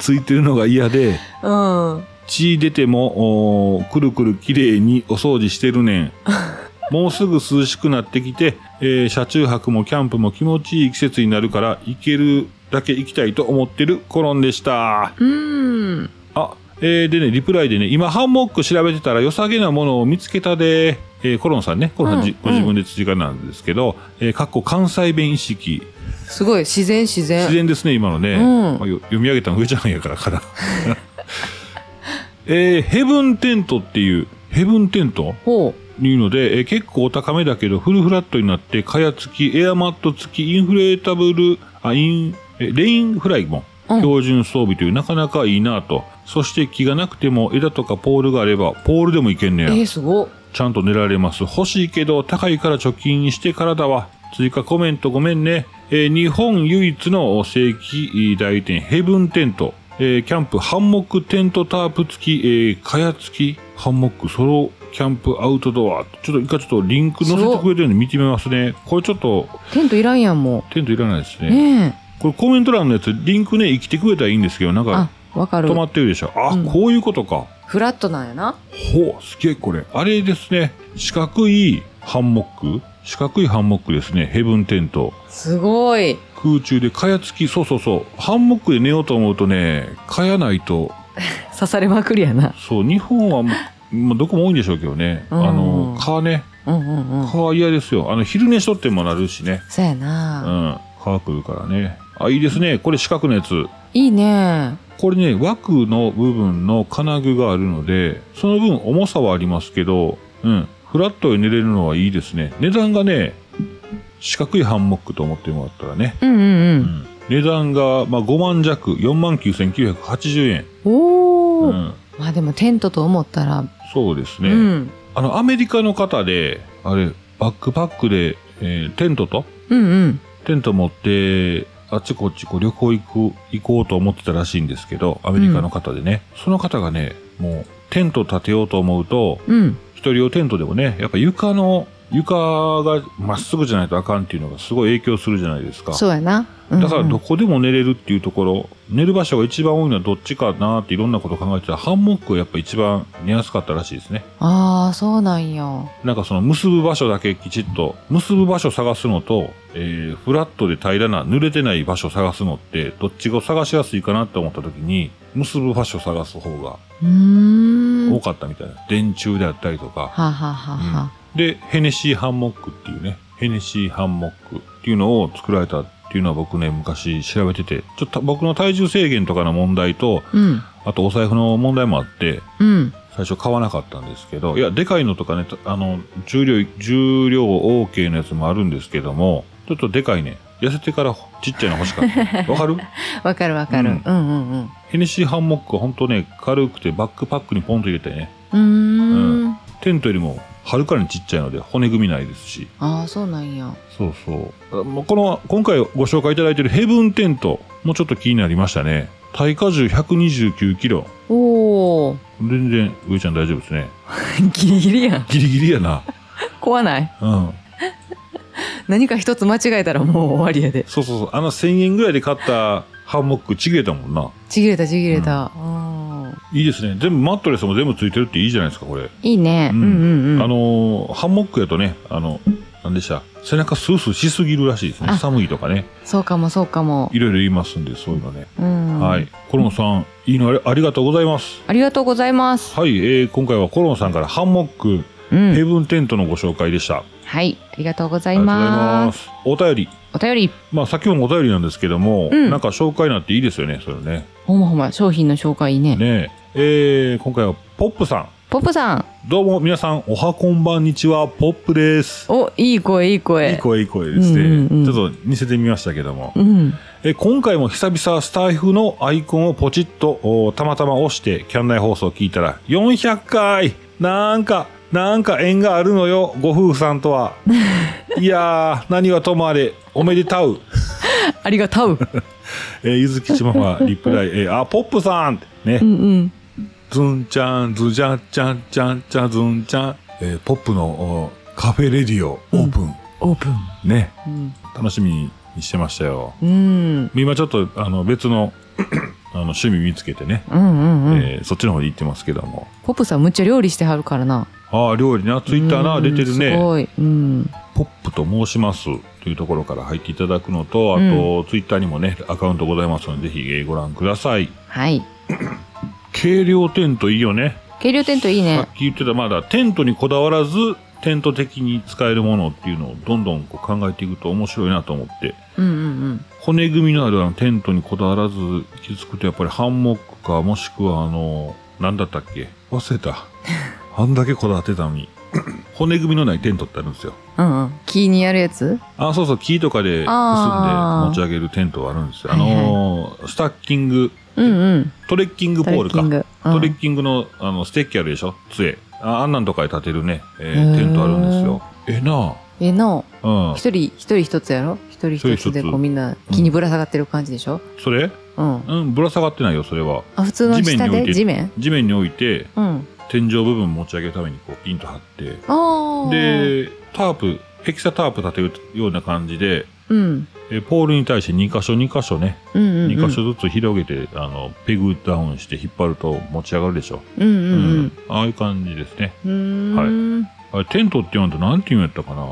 Speaker 2: ついてるのが嫌で、
Speaker 1: うん。
Speaker 2: 血出ても、おーくるくるきれいにお掃除してるねん。もうすぐ涼しくなってきて、えー車中泊もキャンプも気持ちいい季節になるから、行けるだけ行きたいと思ってるコロンでした。
Speaker 1: うん。
Speaker 2: あ、えーでね、リプライでね、今ハンモック調べてたら良さげなものを見つけたで、えーコロンさんね、コロンさんじ、
Speaker 1: うん
Speaker 2: ご自分で辻家なんですけど、えーかっこ関西弁意識、
Speaker 1: すごい。自然、自然。
Speaker 2: 自然ですね、今のね。
Speaker 1: うん
Speaker 2: まあよ読み上げたの上ちゃんやからかな。 えーヘブンテントっていう、ヘブンテント
Speaker 1: ほ
Speaker 2: いうので、えー結構お高めだけど、フルフラットになって、かや付き、エアマット付き、インフレータブル、あ、イン、えレインフライも、
Speaker 1: うん
Speaker 2: 標準装備という、なかなかいいなと。そして木がなくても、枝とかポールがあれば、ポールでもいけんね
Speaker 1: う。
Speaker 2: や。
Speaker 1: えー、すごっ。
Speaker 2: ちゃんと寝られます。欲しいけど、高いから貯金してからだわ。追加コメントごめんね。えー日本唯一の正規代理店、ヘブンテント。えーキャンプ、ハンモックテントタープ付き、えー、かや付き、ハンモックソロキャンプアウトドア。ちょっと一回ちょっとリンク載せてくれてるんで見てみますね。これちょっと、
Speaker 1: テントいらんやん、も
Speaker 2: テントいらないです
Speaker 1: う。
Speaker 2: ね。
Speaker 1: ね
Speaker 2: これコメント欄のやつ、リンクね、生きてくれたらいいんですけど、なん
Speaker 1: え。
Speaker 2: か
Speaker 1: あ、、わかる
Speaker 2: 止。まってるでしょ。あ、
Speaker 1: うん
Speaker 2: こういうことか。
Speaker 1: フラットなんやな。
Speaker 2: ほう、すげえこれ。あれですね。四角いハンモック四角いハンモックですね。ヘブンテント。
Speaker 1: すごい。
Speaker 2: 空中でかやつき、そうそうそう。ハンモックで寝ようと思うとね、かやないと、
Speaker 1: 刺されまくりやな。
Speaker 2: そう、日本はもう、まあ、どこも多いんでしょうけどね。
Speaker 1: うん
Speaker 2: あの、蚊ね。
Speaker 1: うんうんうん。
Speaker 2: 蚊は嫌ですよ。あの、昼寝しとってもなるしね。
Speaker 1: そうや
Speaker 2: う
Speaker 1: な。
Speaker 2: ん。蚊来るからね。あ、いいですね。これ四角のやつ。
Speaker 1: いいね。
Speaker 2: これね、枠の部分の金具があるので、その分重さはありますけど、うん、フラットで寝れるのはいいですね。値段がね、四角いハンモックと思ってもらったらね、
Speaker 1: うんう
Speaker 2: うんん、値段が、まあ、5万弱、4万9980円。
Speaker 1: うん。お
Speaker 2: う
Speaker 1: お。
Speaker 2: ん、
Speaker 1: まあでもテントと思ったら、
Speaker 2: そうです
Speaker 1: う
Speaker 2: ね、
Speaker 1: ん。
Speaker 2: あの、アメリカの方で、あれ、バックパックで、えーテントと
Speaker 1: うんうん。
Speaker 2: テント持って、あっちこっちこう旅行行く、行こうと思ってたらしいんですけど、アメリカの方でね、その方がね、もうテント建てようと思うと、
Speaker 1: うん。
Speaker 2: 一人用テントでもね、やっぱ床の、床がまっすぐじゃないとあかんっていうのがすごい影響するじゃないですか。
Speaker 1: そうやな。
Speaker 2: だからど
Speaker 1: こ
Speaker 2: こでも寝れるっていうところ寝る場所が一番多いのはどっちかなっていろんなこと考えてたら、ハンモックがやっぱ一番寝やすかったらしいですね。
Speaker 1: ああ、そうなんや。
Speaker 2: なんかその結ぶ場所だけきちっと、結ぶ場所探すのと、えー、フラットで平らな濡れてない場所探すのって、どっちが探しやすいかなって思った時に、結ぶ場所探す方が
Speaker 1: うーん。
Speaker 2: 多
Speaker 1: は
Speaker 2: かったみたいな。電柱であったりとか。
Speaker 1: あ、はあはあはあ、
Speaker 2: で、ヘネシーハンモックっていうね、ヘネシーハンモックっていうのを作られたっていうのは僕ね、昔調べてて、ちょっと僕の体重制限とかの問題と、
Speaker 1: うん。
Speaker 2: あとお財布の問題もあって、
Speaker 1: うん。
Speaker 2: 最初買わなかったんですけど、いや、でかいのとかね、とあの、重量、重量 OK のやつもあるんですけども、ちょっとでかいね、痩せてからちっちゃいの欲しか った。わかる
Speaker 1: わかるわかる。うんうんうん。
Speaker 2: ヘネシーハンモックはほんとね、軽くてバックパックにポンと入れてね、
Speaker 1: うーん。ん、
Speaker 2: テントよりもはるかにちっちゃいので骨組みないですし、
Speaker 1: ああ、そうなんや。
Speaker 2: そうそう。あもうこの、今回ご紹介いただいているヘブンテント、もうちょっと気になりましたね。耐荷重129キロ。
Speaker 1: おお。
Speaker 2: 全然、上ちゃん大丈夫ですね。
Speaker 1: ギリギリやん。
Speaker 2: ギリギリやな。
Speaker 1: 怖ない。
Speaker 2: うん。
Speaker 1: 何か一つ間違えたらもう終わりやで。
Speaker 2: そうそうそう。あの1000円ぐらいで買ったハンモックちぎれたもんな。
Speaker 1: ちぎれたちぎれた。うん。
Speaker 2: いいですね。全部マットレスも全部ついてるっていいじゃないですか、これ。
Speaker 1: いいね。
Speaker 2: う
Speaker 1: うんんうんうん。
Speaker 2: あのーハンモックやとね、あの、なんでした背中スースーしすぎるらしいですね。
Speaker 1: あ
Speaker 2: 寒いとかね。
Speaker 1: そうかもそうかも。
Speaker 2: いろいろ言いますんで、そういうのね。
Speaker 1: うん。
Speaker 2: はい。。コロンさん、いいのありありがとうございます。
Speaker 1: ありがとうございます。
Speaker 2: はい、えー今回はコロンさんからハンモック、
Speaker 1: う
Speaker 2: ヘ
Speaker 1: ん。
Speaker 2: ブンテントのご紹介でした。
Speaker 1: はい。ありがとうござ
Speaker 2: あ
Speaker 1: います。
Speaker 2: す。お便り。
Speaker 1: お便り。
Speaker 2: まあ、先ほどもお便りなんですけども、
Speaker 1: うん
Speaker 2: なんか紹介なんていいですよね、それね。
Speaker 1: ほんまほんま、商品の紹介いいね。
Speaker 2: ねえ。えー今回はポップさ
Speaker 1: ポップさん。
Speaker 2: ん。どうも皆さん、おはこんばんにちは、ポップです。
Speaker 1: お、いい声、いい声。
Speaker 2: いい声、いい声ですね。
Speaker 1: うんうんうん
Speaker 2: ちょっと似せてみましたけども。
Speaker 1: うん。
Speaker 2: えー今回も久々スタイフのアイコンをポチッとおーたまたま押してキャン内放送を聞いたら400回なんかなんか縁があるのよご夫婦さんとはいやー何はともあれおめでたう、
Speaker 1: ありがとう。
Speaker 2: えー、ゆずきちままリプライ、えーあポップさんね、
Speaker 1: うんうん。
Speaker 2: ズンちゃんズジャちゃんちゃんちゃんズンちゃん、えーポップのおカフェレディオオープン、
Speaker 1: オープン。
Speaker 2: ね
Speaker 1: うん。
Speaker 2: 楽しみにしてましたよ
Speaker 1: うん。
Speaker 2: 今ちょっとあの別の あの趣味見つけてね
Speaker 1: うんうんうん。
Speaker 2: えーそっちの方に行ってますけども。
Speaker 1: ポップさんむっちゃ料理してはるからな。
Speaker 2: ああ、料理な、ツ
Speaker 1: ツ
Speaker 2: イッターな、出てる
Speaker 1: す
Speaker 2: ね。
Speaker 1: ごい。うん。
Speaker 2: ポップと申しますというところから入っていただくのと、あと、ツイッターにもね、アカウントございますので、ぜひえーご覧ください。
Speaker 1: はい。
Speaker 2: 軽量テントいいよね。
Speaker 1: 軽量テントいい
Speaker 2: さ
Speaker 1: ね
Speaker 2: っ。き言ってた、まだテントにこだわらず、テント的に使えるものっていうのをどんどんこう考えていくと面白いなと思って。
Speaker 1: うんうん
Speaker 2: 骨組みのあるあのテントにこだわらず行き着くとやっぱりハンモックかもしくはあの、なんだったっけ忘 れた。あんだけこだわってたのに。骨組みのないテントってあるんですよ。
Speaker 1: うん。うんうん。木にやるやつ
Speaker 2: あ、そうそう、木とかで結んで
Speaker 1: あー
Speaker 2: 持ち上げるテントはあるんですよ。あ
Speaker 1: はいはい
Speaker 2: のースタッキング、
Speaker 1: うんうん。
Speaker 2: トレッキングポールか。
Speaker 1: グ。う
Speaker 2: トレ
Speaker 1: ん
Speaker 2: ッキングのあのステッキあるでしょ杖。ああんなんとかで立てるね、えー
Speaker 1: へー
Speaker 2: テントあるんですよ。えな
Speaker 1: えの、
Speaker 2: あ。うん。
Speaker 1: 一人、一人一つやろ一人一つでこ
Speaker 2: 一人一つ
Speaker 1: うみんな木にぶら下がってる感じでしょ
Speaker 2: それ
Speaker 1: うん。
Speaker 2: うん、ぶら下がってないよ、それは。
Speaker 1: あ、普通の
Speaker 2: 地面
Speaker 1: 下
Speaker 2: に置いて
Speaker 1: で地面
Speaker 2: 地面に置いて、
Speaker 1: うん。
Speaker 2: 天井部分持ち上げるためにこうピンと張って、
Speaker 1: ああ。、
Speaker 2: で、タープ、ヘキサタープ立てるような感じで、
Speaker 1: うん。
Speaker 2: えポールに対して2箇所2箇所ね、
Speaker 1: うんうん。
Speaker 2: 2箇。所ずつ広げて、あの、ペグダウンして引っ張ると持ち上がるでしょ。
Speaker 1: うんう
Speaker 2: うんああいう感じですね。
Speaker 1: うん。うーん。
Speaker 2: あれ、テントって言わんと何て言うんやったかな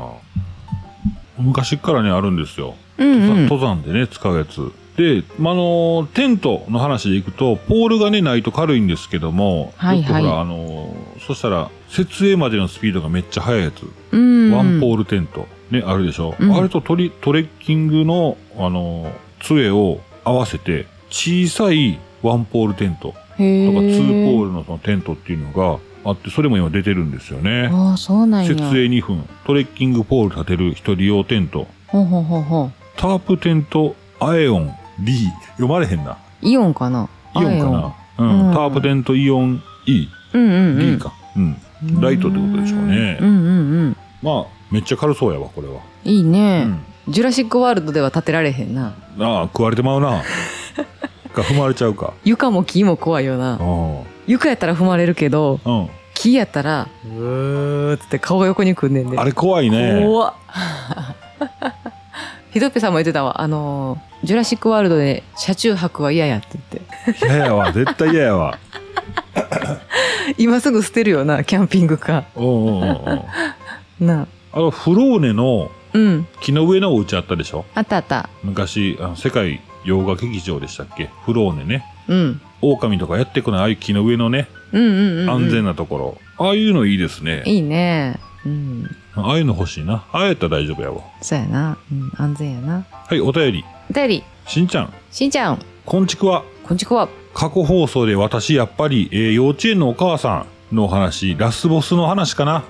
Speaker 2: 昔っからね、あるんですよ。
Speaker 1: うんうん。
Speaker 2: 登山でね、使うやつ。で、まあ、あのーテントの話でいくと、ポールがね、ないと軽いんですけども、
Speaker 1: はいはい
Speaker 2: よくほら、あのーそしたら、設営までのスピードがめっちゃ速いやつ。
Speaker 1: うん。
Speaker 2: ワンポ
Speaker 1: ー
Speaker 2: ールテント。ね、あるでしょ。
Speaker 1: うん
Speaker 2: あれとトリトレッキングの、あのー杖を合わせて、小さいワンポールテントとか、
Speaker 1: ル。へえ。
Speaker 2: ツーポー
Speaker 1: ル。
Speaker 2: ルのそのテントっていうのがあって、それも今出てるんですよね。
Speaker 1: ああ、そうなんや。
Speaker 2: 設営2分、トレッキングポール立てる一人用テント、
Speaker 1: ほんほんほんほん。
Speaker 2: タープテント、アエオン、D。読まれへんな。
Speaker 1: イオンかな
Speaker 2: イオンかな。うん。
Speaker 1: うん
Speaker 2: タープテント、イオン、E。
Speaker 1: うんうんうん。
Speaker 2: D か。うん。ライトってことでしょうね
Speaker 1: うんうんうん。
Speaker 2: まあ、めっちゃ軽そうやわ、これは。
Speaker 1: いいうね、
Speaker 2: ん。
Speaker 1: ジュラシックワールドでは建てられへんな。
Speaker 2: ああ、食われてまう な。か、踏まれちゃうか。
Speaker 1: 床も木も怖いよな
Speaker 2: う。ん。
Speaker 1: 床やったら踏まれるけど、
Speaker 2: うん。
Speaker 1: 木やったら、うーっつって顔横に組んでんで。
Speaker 2: あれ怖いね。
Speaker 1: 怖っ。ひどっぺさんも言ってたわ。あのージュラシックワールドで車中泊は嫌やって言っ
Speaker 2: 嫌やわ、絶対嫌やわ。
Speaker 1: て。今すぐ捨てるよな、キャンピングカ
Speaker 2: お うおうおうおう
Speaker 1: ー。なあ
Speaker 2: あの、フローネの
Speaker 1: うん。
Speaker 2: 木の上のお家あったでしょ
Speaker 1: あったあった。
Speaker 2: 昔、あの世界洋画劇場でしたっけフローネね。
Speaker 1: うん。
Speaker 2: 狼とかやってこない、ああいう木の上のね、
Speaker 1: うんうんうん、うん。
Speaker 2: 安全なところ。ああいうのいいですね。
Speaker 1: いいね。うん。
Speaker 2: ああいうの欲しいな。ああやったら大丈夫やわ。
Speaker 1: そうやな。うん、安全やな。
Speaker 2: はい、お便り。
Speaker 1: お便り、
Speaker 2: しんちゃん、
Speaker 1: しんちゃん、
Speaker 2: こんちくわ。
Speaker 1: こんちくわ。
Speaker 2: 過去放送で私、やっぱり、えー幼稚園のお母さんのお話、ラスボスの話 かな。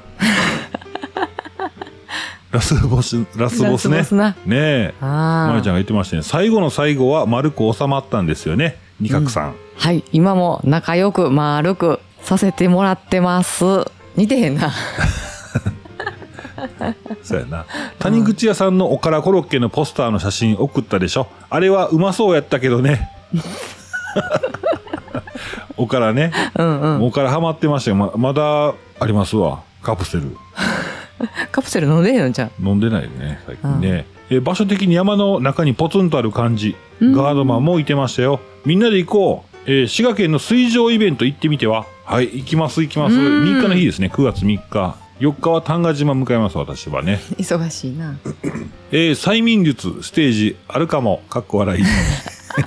Speaker 2: ラスボス、ラスボスね
Speaker 1: ラ。スボスな。
Speaker 2: ねえ。
Speaker 1: ああ。
Speaker 2: まるちゃんが言ってましたね。最後の最後は丸く収まったんですよね。二角さん。
Speaker 1: はい、今も仲良く丸くさせてもらってます。似てへんな。
Speaker 2: そうやな。谷口屋さんのおからコロッケのポスターの写真送ったでしょ。あれはうまそうやったけどね。 おからね。
Speaker 1: うんうん。
Speaker 2: おからハマってましたよ。ままだありますわ。カプセル。
Speaker 1: カプセル飲んでへんのじゃん。
Speaker 2: 飲んでないよね、最近ね。え場所的に山の中にポツンとある感じ。
Speaker 1: うん
Speaker 2: ガードマンもいてましたよ。みんなで行こう。えー滋賀県の水上イベント行ってみてははい、行きます、行きます。
Speaker 1: うん
Speaker 2: 3日の日ですね、9月3日。4日は丹賀島向かいます、私はね。
Speaker 1: 忙しい な。
Speaker 2: えー催眠術、ステージ、あるかも。かっこ笑い。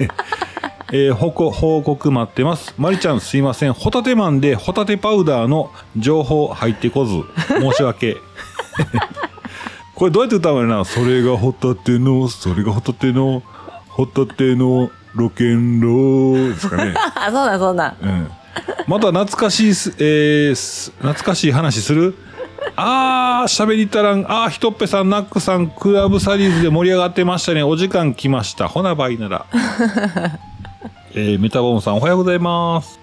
Speaker 2: えー報告、報告待ってます。まりちゃんすいません。ホタテマンでホタテパウダーの情報入ってこず、申し訳。 これどうやって歌うのかなそれがホタテの、それがホタテの、ホタテのロケンローですかね。
Speaker 1: あ、そうだそうだ。
Speaker 2: うん。また懐かしいす、えーす懐かしい話するあー、喋りたらん。あー、ひとっぺさん、ナックさん、クラブサリーズで盛り上がってましたね。お時間来ました。ほな、ばいなら。えー、メタボーンさん、おはようございます。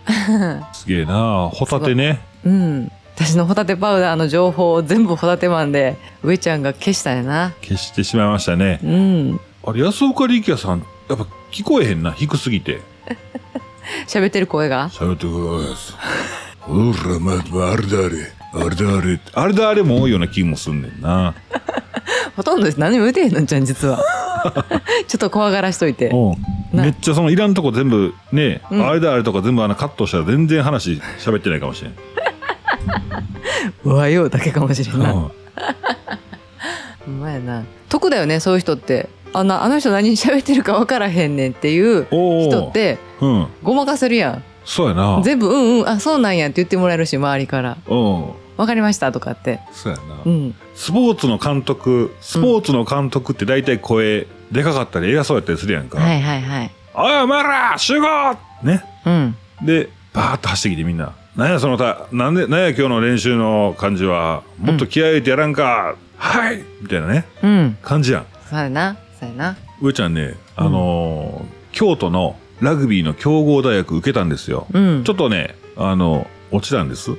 Speaker 2: すげえなホタテね。
Speaker 1: うん。私のホタテパウダーの情報を全部ホタテマンで、上ちゃんが消したんやな。
Speaker 2: 消してしまいましたね
Speaker 1: う。ん。
Speaker 2: あれ、安岡力也さん、やっぱ聞こえへんな。低すぎて。
Speaker 1: 喋ってる声が。
Speaker 2: 喋ってください。うら、ま、あれだあれ。あれだあれ。あれだあれも多いような気もすんねんな。
Speaker 1: ほとんど何も言うてへんのじゃん、実 は。ちょっと怖がらしといて。
Speaker 2: うん、
Speaker 1: な
Speaker 2: めっちゃそのいらんとこ全部ね、
Speaker 1: うん
Speaker 2: あれだあれとか全部あのカットしたら全然話喋ってないかもしれん、
Speaker 1: おはようだけかもしれんな
Speaker 2: う
Speaker 1: い。
Speaker 2: ん
Speaker 1: ほんまやな。得だよね、そういう人って。あのあの人何喋ってるか分からへんねんっていう
Speaker 2: おー
Speaker 1: 人って、
Speaker 2: うん
Speaker 1: ごまかせるや
Speaker 2: そうやなん
Speaker 1: 全部「うんうんあそうなんや」って言ってもらえるし周りから
Speaker 2: うん
Speaker 1: 「わかりました」とかって
Speaker 2: そうやな、
Speaker 1: うん
Speaker 2: スポーツの監督スポーツの監督って大体声でかかったり偉そうやったりするやんか「
Speaker 1: はいはいはい
Speaker 2: おいお前ら集合!」ね
Speaker 1: うん
Speaker 2: でバーッと走ってきてみんな「なんやそのたなんでなんや今日の練習の感じはもっと気合い入れてやらんか、はい!」みたいなね
Speaker 1: うん
Speaker 2: 感じやん
Speaker 1: そうやなそうやな
Speaker 2: 上ちゃんね、あのー京都のラグビーの強豪大学受けたんですよ。
Speaker 1: うん
Speaker 2: ちょっとね、あの、落ちた んです。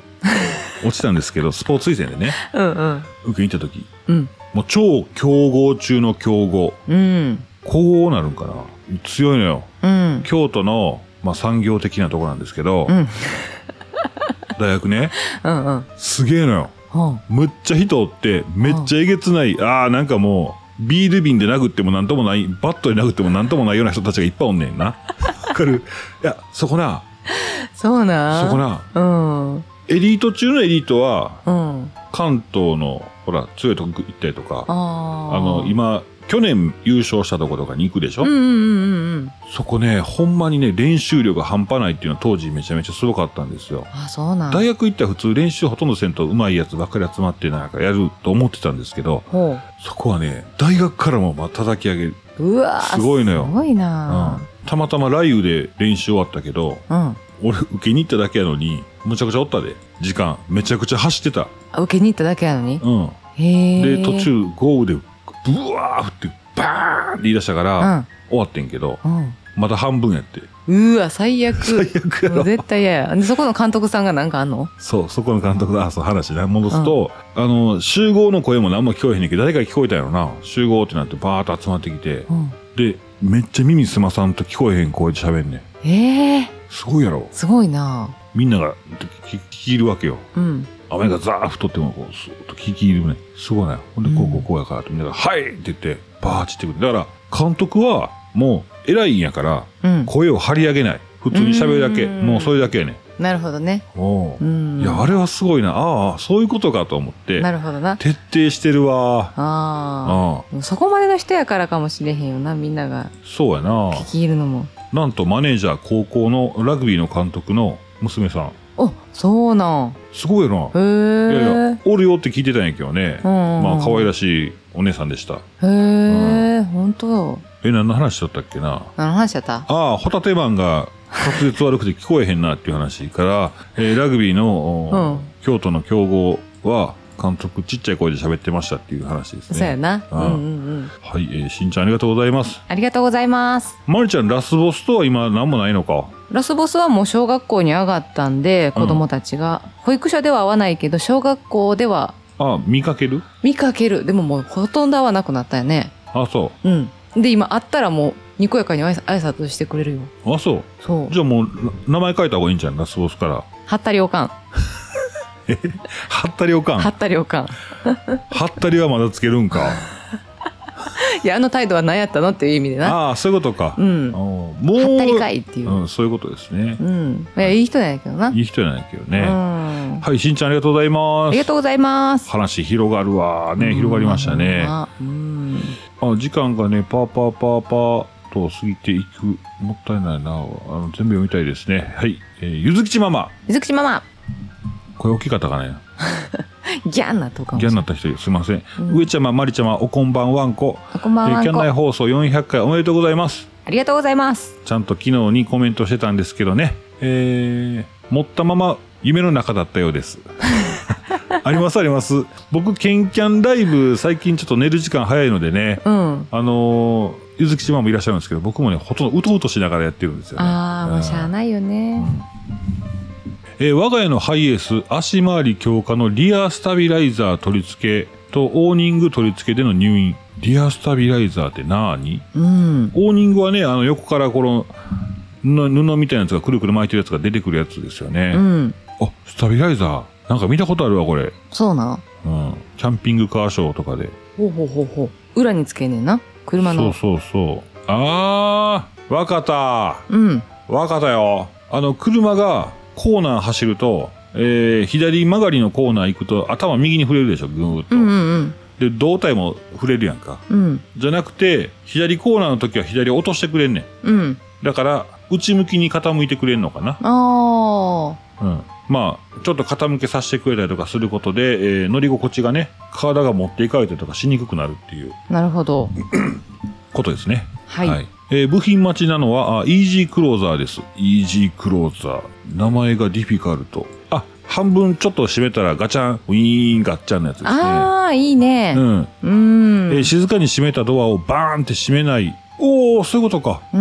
Speaker 2: 落ちたんですけど、スポーツ推薦でね、
Speaker 1: うんうん
Speaker 2: 受けに行った時、
Speaker 1: うん
Speaker 2: もう超強豪中の強豪。
Speaker 1: うん
Speaker 2: こうなるんかな強いのよ。
Speaker 1: うん
Speaker 2: 京都の、まあ、産業的なとこなんですけど、
Speaker 1: うん
Speaker 2: 大学ね、
Speaker 1: うんうん
Speaker 2: すげえのよ。
Speaker 1: ほう
Speaker 2: むっちゃ人おって、めっちゃえげつない、ああ、なんかもう、ビール瓶で殴ってもなんともない、バットで殴ってもなんともないような人たちがいっぱいおんねんな。わかるいや、そこな、
Speaker 1: そうな
Speaker 2: そこな、
Speaker 1: うん
Speaker 2: エリート中のエリートは、
Speaker 1: うん
Speaker 2: 関東の、ほら、強いとこ行ったりとか、
Speaker 1: ああ
Speaker 2: あの、今、去年優勝したとことかに行くでしょ、
Speaker 1: うんうんうんうん
Speaker 2: そこね、ほんまにね、練習量が半端ないっていうのは当時めちゃめちゃすごかったんですよ。
Speaker 1: あそうなん
Speaker 2: 大学行ったら普通練習ほとんどせんと上手いやつばっかり集まってなんかやると思ってたんですけど、
Speaker 1: ほ
Speaker 2: そこはね、大学からもまあ叩き上げる。
Speaker 1: ううわー
Speaker 2: すごいのよ
Speaker 1: すごいな
Speaker 2: うんたまたま雷雨で練習終わったけど、
Speaker 1: うん
Speaker 2: 俺受けに行っただけやのに、むちゃくちゃおったで。時間。めちゃくちゃ走ってた。
Speaker 1: あ受けに行っただけやのに
Speaker 2: うん。
Speaker 1: へえ
Speaker 2: で、途中豪雨で、ブワーって、バーンって言い出したから、終わってんけど、
Speaker 1: うんうん
Speaker 2: まだ半分やって。
Speaker 1: うーわ最悪
Speaker 2: 最悪や
Speaker 1: もう
Speaker 2: ろ。
Speaker 1: 絶対嫌や。で、そこの監督さんがなんかあんの
Speaker 2: そう、そこの監督だ。あ、そう、話な。戻すと、あの、集合の声も何も聞こえへんねんけど、誰か聞こえたんやろな。集合ってなって、バーッと集まってきて、
Speaker 1: うん。
Speaker 2: で、めっちゃ耳すまさんと聞こえへん声で喋んねん。
Speaker 1: ええ
Speaker 2: すごいやろ。
Speaker 1: すごいな
Speaker 2: みんながき聞き入るわけよ。
Speaker 1: うん。
Speaker 2: 雨がザーッと降っても、こう、スーッと聞き入るね。すごいね。ほんで、
Speaker 1: うん
Speaker 2: こうこうこうやからって、みんなが、はいって言って、バーッちってくる。だから、監督は、もう偉いんやから
Speaker 1: うん。
Speaker 2: 声を張り上げない普通に喋るだけ
Speaker 1: うん
Speaker 2: もうそれだけやね
Speaker 1: なるほどね。
Speaker 2: おう
Speaker 1: うん。
Speaker 2: いやあれはすごいなああそういうことかと思って
Speaker 1: なるほどな。
Speaker 2: 徹底してるわ
Speaker 1: あ
Speaker 2: ああ
Speaker 1: あ。そこまでの人やからかもしれへんよな、みんなが
Speaker 2: そうやな
Speaker 1: 聞き入るのも。
Speaker 2: なんとマネージャー高校のラグビーの監督の娘さん
Speaker 1: お、そうなん。
Speaker 2: すごいよ
Speaker 1: へえ。
Speaker 2: な、いやいやおるよって聞いてたんやけどね、まあ可愛らしいお姉さんでした
Speaker 1: い。へえ、ほんと。
Speaker 2: え何の話しとったっけな
Speaker 1: あの話やった
Speaker 2: ああ、ホタテマンが滑舌悪くて聞こえへんなっていう話から、えーラグビーの、お
Speaker 1: うん
Speaker 2: 京都の強豪は、監督ちっちゃい声で喋ってましたっていう話ですね。
Speaker 1: そうやな。う
Speaker 2: うんん
Speaker 1: うんうん。
Speaker 2: はい、えーしんちゃんありがとうございます。
Speaker 1: ありがとうございます。
Speaker 2: まるちゃん、ラスボスとは今何もないのか
Speaker 1: ラスボスはもう小学校に上がったんで、
Speaker 2: うん
Speaker 1: 子供たちが。保育所では会わないけど、小学校では
Speaker 2: ああ、見かける
Speaker 1: 見かける。でももうほとんど会わなくなったよね。
Speaker 2: あそ
Speaker 1: うん。で、今会ったらもう、にこやかに挨拶挨拶してくれるよ。
Speaker 2: う。あそう。
Speaker 1: そう。
Speaker 2: じゃあもう、な名前書いた方がいいんじゃん、ラスボスから。
Speaker 1: はったりおかん。
Speaker 2: はったりおかん。
Speaker 1: は
Speaker 2: は
Speaker 1: ったりおかん。
Speaker 2: ったりはまだつけるんか。
Speaker 1: いや、あの態度は何やったのっていう意味で な。
Speaker 2: ああ、そういうことか。
Speaker 1: うん。は
Speaker 2: おうもう、
Speaker 1: ったりかいっていう。
Speaker 2: うん、そういうことですね
Speaker 1: う。ん。いや、いい人なんやけどな。
Speaker 2: いい人じゃないけど
Speaker 1: う
Speaker 2: ね。
Speaker 1: ん。あ
Speaker 2: はい、しんちゃんありがとうございます
Speaker 1: り。がとうございます。
Speaker 2: 話広がるわね広がりましたねあ
Speaker 1: うん。
Speaker 2: 時間がねパーパーパーパーと過ぎていくもったいないなあの全部読みたいですねはい、えーゆずきちママ
Speaker 1: 水口ママ、
Speaker 2: これ大きかったかね
Speaker 1: ギャンなとかもし
Speaker 2: ギ
Speaker 1: れ
Speaker 2: ャン
Speaker 1: ん
Speaker 2: になった人すいません、
Speaker 1: うん
Speaker 2: 上ちゃままりちゃまおこんばんわんこ
Speaker 1: あこんばんは
Speaker 2: えーキャンナイ
Speaker 1: あ
Speaker 2: 放送400回おめでとうございます
Speaker 1: りがとうございます。
Speaker 2: ちゃんと昨日にコメントしてたんですけどねえー、持ったまま夢の中だったようです ありますあります僕ケンキャンライブ最近ちょっと寝る時間早いのでね
Speaker 1: うん。
Speaker 2: あのー、ゆずきちまもいらっしゃるんですけど、僕もね、ほとんどうとうとしながらやってるんですよね。
Speaker 1: ああ、もうしゃあ
Speaker 2: い。
Speaker 1: ないよね。
Speaker 2: えー我が家のハイエース、足回り強化のリアスタビライザー取り付けとオーニング取り付けでの入院。リアスタビライザーってなーに
Speaker 1: うん。
Speaker 2: オーニングはね、あの、横からこの、布布みたいなやつがくるくる巻いてるやつが出てくるやつですよね。
Speaker 1: うん。
Speaker 2: あ、スタビライザー。なんか見たことあるわ、これ。
Speaker 1: そうなん。
Speaker 2: うん。キャンピングカーショーとかで。
Speaker 1: ほうほうほうほう。裏につけんねんな。車の。
Speaker 2: そうそうそう。あー、わかった。
Speaker 1: うん。
Speaker 2: わかったよ。あの、車がコーナー走ると、えー、左曲がりのコーナー行くと頭右に触れるでしょ、ぐーっと。
Speaker 1: うんうん
Speaker 2: で、胴体も触れるやんか。
Speaker 1: うん。うん。
Speaker 2: じゃなくて、左コーナーの時は左落としてくれんねん。
Speaker 1: うん。
Speaker 2: だから、内向きに傾いてくれんのかな。
Speaker 1: あ
Speaker 2: うん。まあ、ちょっと傾けさせてくれたりとかすることで、えー乗り心地がね、体が持っていかれたりとかしにくくなるっていう
Speaker 1: あ。なるほど。
Speaker 2: ことですね。
Speaker 1: はい。
Speaker 2: えー部品待ちなのは、あイージークローザーです。イージークローザー。名前がディフィカルト。あ、半分ちょっと閉めたらガチャン、ウィーンガッチャンのやつですね。
Speaker 1: ああ、いいね。
Speaker 2: うん、
Speaker 1: うん。
Speaker 2: えー
Speaker 1: う
Speaker 2: 静かに閉めたドアをバーンって閉めない。おおそういうことか。
Speaker 1: ー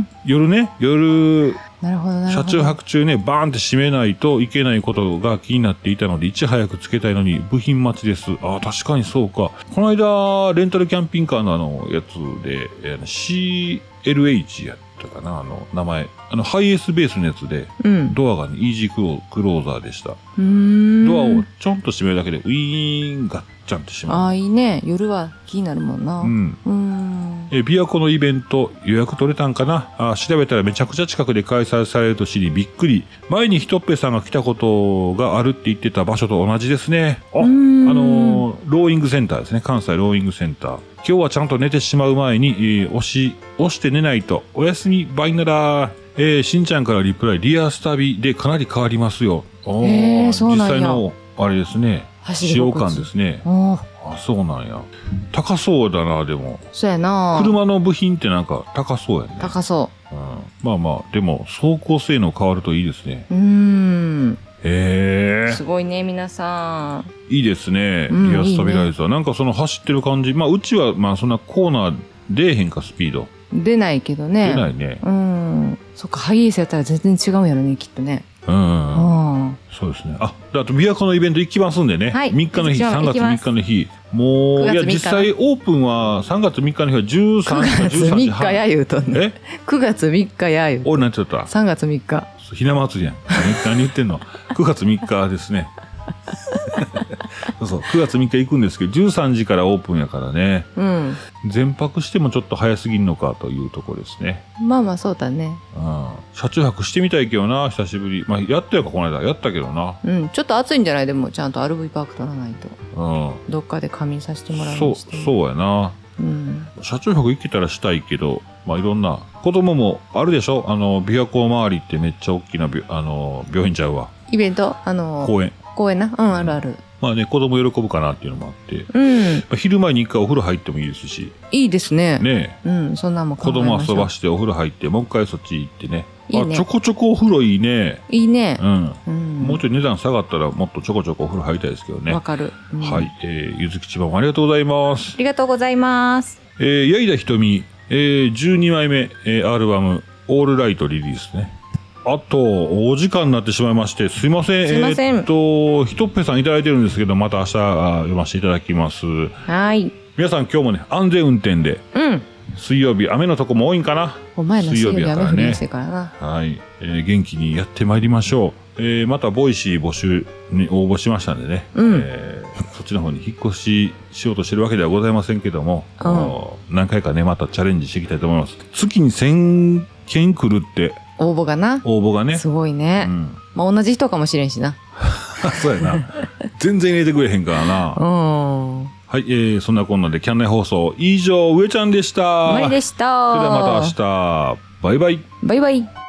Speaker 1: ん。
Speaker 2: 夜ね、夜、
Speaker 1: なるほどなるほ
Speaker 2: 車
Speaker 1: ど。
Speaker 2: 中泊中ね、バーンって閉めないといけないことが気になっていたので、いち早くつけたいのに、部品待ちです。ああ、確かにそうか。この間、レンタルキャンピングカーのあの、やつで、えー CLH やったかな、あの、名前。あの、ハイエースベースのやつで、
Speaker 1: うん。
Speaker 2: ドアがね、イージークロクローザーでした。
Speaker 1: うーん
Speaker 2: ドアをちょんと閉めるだけで、ウィーン、ガッチャンって閉
Speaker 1: あ
Speaker 2: ま
Speaker 1: あ、いいね。夜は気になるもんな。
Speaker 2: る。うん。
Speaker 1: うん。
Speaker 2: えー、琵琶湖のイベント予約取れたんかなあー調べたらめちゃくちゃ近くで開催されると知りびっくり。前にひとっぺさんが来たことがあるって言ってた場所と同じですね。あ、
Speaker 1: う
Speaker 2: あ
Speaker 1: ん
Speaker 2: のーローイングセンターですね。関西ローイングセンター。今日はちゃんと寝てしまう前に、えー押し、押して寝ないと。おやすみ、バイなら。えーしんちゃんからリプライ、リアスタビでかなり変わりますよ。お
Speaker 1: へーそうなんや
Speaker 2: 実際の、あれですね。
Speaker 1: 走
Speaker 2: 使
Speaker 1: り
Speaker 2: 用
Speaker 1: 心
Speaker 2: 感
Speaker 1: 地
Speaker 2: ですね。
Speaker 1: ああ、
Speaker 2: あ、そうなんや。高そうだな、でも。
Speaker 1: そうやな。
Speaker 2: 車の部品ってなんか高そうやね。
Speaker 1: 高そ
Speaker 2: うん、まあまあ、でも走行性能変わるといいですね。
Speaker 1: う。うーん。
Speaker 2: へえ
Speaker 1: す、ごいね、皆さん。
Speaker 2: いいですね。
Speaker 1: うん
Speaker 2: リアスタビライザー。なんかその走ってる感じ。まあ、うちはまあそんなコーナー出えへんか、スピード。
Speaker 1: 出ないけどね。
Speaker 2: 出ないね。
Speaker 1: うん。そっか、ハイエースやったら全然違うんやろね、きっとね。
Speaker 2: うん
Speaker 1: う
Speaker 2: うんうん、
Speaker 1: ん。
Speaker 2: そうですね。あ、であと、琵琶湖のイベント行きますんでね。
Speaker 1: はい
Speaker 2: 3日の日、
Speaker 1: 行きます
Speaker 2: 3月3日の日。もう、
Speaker 1: 9
Speaker 2: い
Speaker 1: 月
Speaker 2: や、
Speaker 1: 3日
Speaker 2: 実際オープンは3月3日の日は13時か
Speaker 1: 9月
Speaker 2: 13時
Speaker 1: 3
Speaker 2: 半
Speaker 1: 日。や言うとんね。
Speaker 2: え
Speaker 1: 9月3日や言う。
Speaker 2: 俺なんて言った
Speaker 1: 3月3日。
Speaker 2: ひな祭りやん。何何言ってんの ?9 月3日ですね。
Speaker 3: そうそう。
Speaker 2: 9月3日行くんですけど、13時からオープンやからね、
Speaker 1: うん。
Speaker 2: 全泊してもちょっと早すぎんのかというとこですね。
Speaker 1: まあまあそうだね。
Speaker 2: うん。車中泊してみたいけどな、久しぶり。まあ、やったよか、この間。やったけどな。
Speaker 1: うん。ちょっと暑いんじゃないでも、ちゃんと RV パーク取らないと。
Speaker 2: うん。
Speaker 1: どっかで仮眠させてもらう
Speaker 2: そう、
Speaker 1: う。
Speaker 2: そうやな。
Speaker 1: うん。
Speaker 2: 車中泊行けたらしたいけど、まあ、いろんな、子供もあるでしょあの、琵琶湖周りってめっちゃ大きなび、あの、病院ちゃうわ。
Speaker 1: イベントあの、
Speaker 2: 公園。
Speaker 1: 公園な。うん、あるある。
Speaker 2: まあね、子供喜ぶかなっていうのもあって、ま
Speaker 1: うん。
Speaker 2: あ昼前に一回お風呂入ってもいいですし、
Speaker 1: いいですね。
Speaker 2: ね
Speaker 1: うん、そんなんも考
Speaker 2: 子
Speaker 1: えまし
Speaker 2: 供
Speaker 1: ょ
Speaker 2: 遊
Speaker 1: う
Speaker 2: ばしてお風呂入って、もう一回そっち行ってね。
Speaker 1: いいね
Speaker 2: あ、ちょこちょこお風呂いいね。
Speaker 1: いいね
Speaker 2: う。ん。
Speaker 1: うん。
Speaker 2: もうちょい値段下がったらもっとちょこちょこお風呂入りたいですけどね。
Speaker 1: わ
Speaker 2: は
Speaker 1: かる。うん
Speaker 2: い。えー、ゆずきちばもありがとうございます
Speaker 1: あ。りがとうございます。
Speaker 2: えー、やいだひとみ、えー、12枚目、えー、アルバム、オールライトリリースね。あと、お時間になってしまいまして、すいません。
Speaker 1: すいません
Speaker 2: えーっと、ひとっぺさんいただいてるんですけど、また明日あー読ませていただきます。
Speaker 1: はい。
Speaker 2: 皆さん今日もね、安全運転で、
Speaker 1: うん。
Speaker 2: 水曜日、雨のとこも多いんかな。
Speaker 1: お前の水
Speaker 2: 水曜
Speaker 1: 曜
Speaker 2: 日
Speaker 1: 日
Speaker 2: やからね
Speaker 1: 雨降りやすいからな。
Speaker 2: はい、えー元気にやってまいりましょう。えーまた、ボイシー募集に応募しましたんでね、
Speaker 1: うん
Speaker 2: えーそっちの方に引っ越ししようとしてるわけではございませんけども、
Speaker 1: うん
Speaker 2: あの何回かね、またチャレンジしていきたいと思います。月に1000件来るって、
Speaker 1: 応募がな。
Speaker 2: 応募がね。
Speaker 1: すごいうね。
Speaker 2: ん、
Speaker 1: まあ同じ人かもしれんしな。
Speaker 2: そうやな。全然入れてくれへんからな。
Speaker 1: うん。終
Speaker 2: はい、えーそんなこんなでキャンナイ放送、以上、上ちゃんでした。
Speaker 1: わりでした。
Speaker 2: それではまた明日。バイバイ。
Speaker 1: バイバイ。